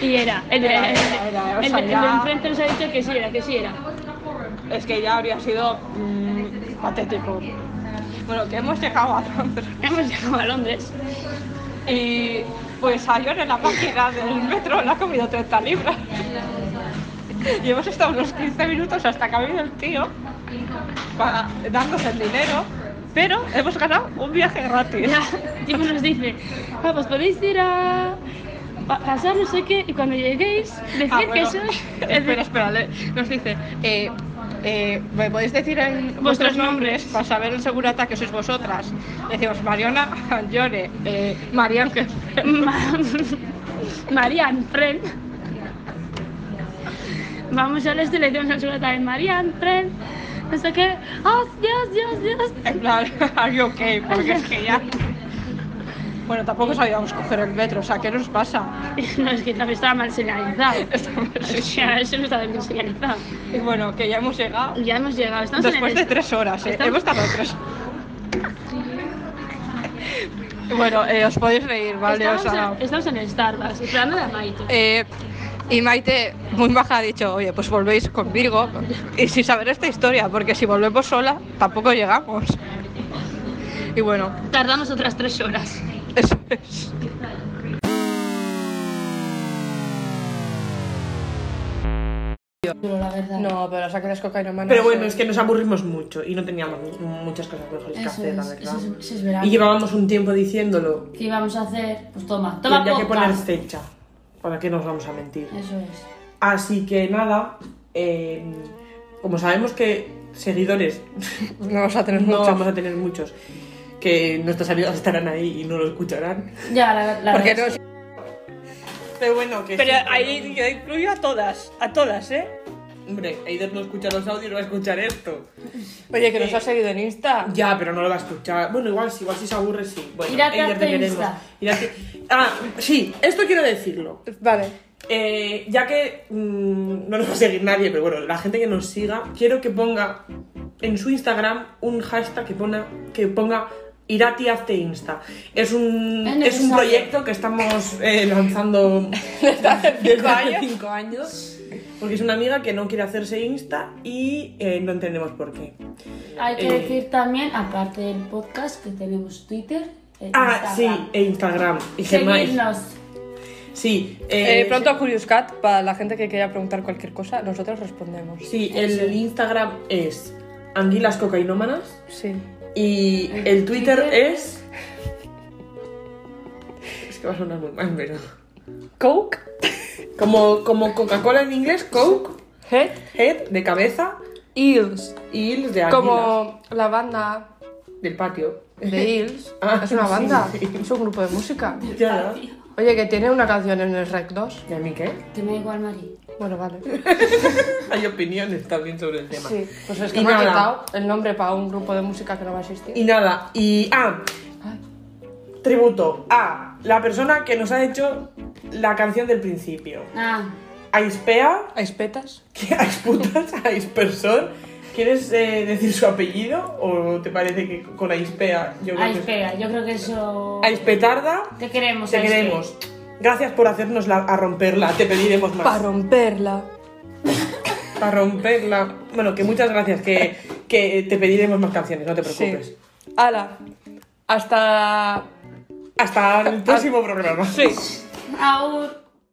A: Y era, el de,
C: Era, era, era, o
A: el de-
C: sea,
A: el de
C: ya-
A: enfrente nos ha dicho que sí era, que sí era.
C: Es que ya habría sido mm, patético. Bueno, que hemos llegado a Londres.
A: Hemos llegado a Londres.
C: Y pues ayer en la máquina del metro le ha comido 30 libras. Y hemos estado unos 15 minutos hasta que ha venido el tío para darnos el dinero. Pero hemos ganado un viaje gratis.
A: Ya, el tipo nos dice, ah, pues podéis ir a a pasar no sé qué, y cuando lleguéis, decir
C: Ah, bueno.
A: que sois...
C: Espera, espera, le- nos dice. eh, eh, ¿Me podéis decir en vuestros,
A: Vuestros
C: nombres para saber el seguro ataque sois vosotras? Decimos Mariona, Llore, eh, Marian, que
A: Ma- Marian, Fren. Vamos al este, le decimos al seguro también, Marian, Fren. No sé qué. ¡Oh, Dios, Dios, Dios!
C: En plan, are you okay? Porque es que ya. Bueno, tampoco sabíamos coger el metro, o sea, ¿qué nos pasa?
A: No, es que también estaba mal señalizado. O sea, eso no estaba bien señalizado.
C: Y bueno, que ya hemos llegado.
A: Ya hemos llegado, estamos
C: Después
A: en
C: de
A: el...
C: tres horas, ¿eh?
A: Estamos-
C: Hemos tardado tres Bueno, eh, os podéis reír, ¿vale? O
A: estamos,
C: sea.
A: en, estamos en el Starbucks, esperando a Maite.
C: eh, y Maite, muy baja, ha dicho, oye, pues volvéis conmigo. Y sin saber esta historia, porque si volvemos sola, tampoco llegamos. Y bueno,
D: Tardamos otras tres horas.
C: eso es.
A: Pero la verdad.
C: No, pero las las cocainómanas...
B: Pero bueno,
C: eh,
B: es que nos aburrimos mucho y no teníamos mu- muchas cosas mejores que
A: Eso
B: hacer, la
A: es, eso
B: verdad.
A: es, eso es verano.
B: Y llevábamos un tiempo diciéndolo.
A: ¿Qué íbamos a hacer? Pues toma,
B: que
A: toma Eh.
B: había que poner
A: podcast.
B: fecha. ¿Para qué nos vamos a mentir?
A: Eso es.
B: Así que nada, eh, como sabemos que seguidores
C: No vas a tener
B: no
C: mucho.
B: vamos a tener muchos, que nuestras amigas estarán ahí y no lo escucharán.
A: Ya, la, la
C: Porque
A: verdad.
C: no...
B: Pero bueno, que.
C: Pero
B: sí, que
C: ahí yo incluyo a todas, a todas, ¿eh?
B: no. Hombre, Eider no escucha los audios, va a escuchar esto.
C: Oye, que nos
B: Eh,
C: has seguido en Insta.
B: Ya, pero no lo va a escuchar. Bueno, igual sí, igual si se aburre, sí. Bueno,
A: Irate
B: Eider, te
A: hasta
B: queremos.
A: Insta.
B: Irate- Ah, sí, esto quiero decirlo.
C: Vale.
B: Eh, ya que mm, no nos va a seguir nadie, pero bueno, la gente que nos siga, quiero que ponga en su Instagram un hashtag que ponga, que ponga Irati hazte Insta. Es un,
A: Es
B: es un
A: necesario.
B: proyecto que estamos eh, lanzando desde hace
C: cinco años.
B: cinco años, Porque es una amiga que no quiere hacerse Insta y eh, no entendemos por qué.
A: Hay que
B: eh,
A: decir también, aparte del podcast, que tenemos Twitter. e
B: Ah, sí,
A: Instagram.
B: e Instagram. Y Gmail.
A: Seguidnos.
B: Sí,
C: Eh,
B: eh,
C: pronto a Curious Cat, para la gente que quiera preguntar cualquier cosa, nosotros respondemos.
B: Sí, el Instagram es Anguilas Cocainómanas.
C: Sí.
B: Y el Twitter
A: Twitter
B: es. Es que va a sonar muy mal, pero.
C: Coke,
B: Como, como Coca-Cola en inglés, Coke,
C: Head,
B: Head de cabeza
C: Eels.
B: y Hills de águilas.
C: Como la banda
B: Del patio.
C: de Eels.
B: Ah,
C: es una
B: sí,
C: banda,
B: sí.
C: es un grupo de música.
B: Ya,
C: Oye, que tiene una canción en el Rec 2.
B: ¿Y a mí qué?
A: Que me da igual, Mari.
C: Bueno, vale.
B: Hay opiniones también sobre el tema.
C: Sí, pues es que
B: Y
C: me ha
B: nada.
C: quitado el nombre para un grupo de música que no va a existir.
B: Y nada, y. Ah,
C: Ay.
B: tributo a la persona que nos ha hecho la canción del principio.
A: Ah,
B: Aispea.
C: ¿Aispetas?
B: ¿Qué a putas? ¿A dispersor? ¿Quieres eh, decir su apellido? ¿O te parece que con Aispea yo creo
A: ahí
B: que es-
A: espera, yo creo que eso.
B: Aispetarda,
A: Te queremos,
B: te
A: ahí espera.
B: queremos. Gracias por hacernos la- a romperla, te pediremos
C: Para
B: más.
C: romperla.
B: Para romperla. Bueno, que muchas gracias, que, que te pediremos más canciones, no te
C: Sí.
B: preocupes.
C: Hala. Hasta.
B: Hasta el próximo programa.
C: Ah, Sí.
A: Aur.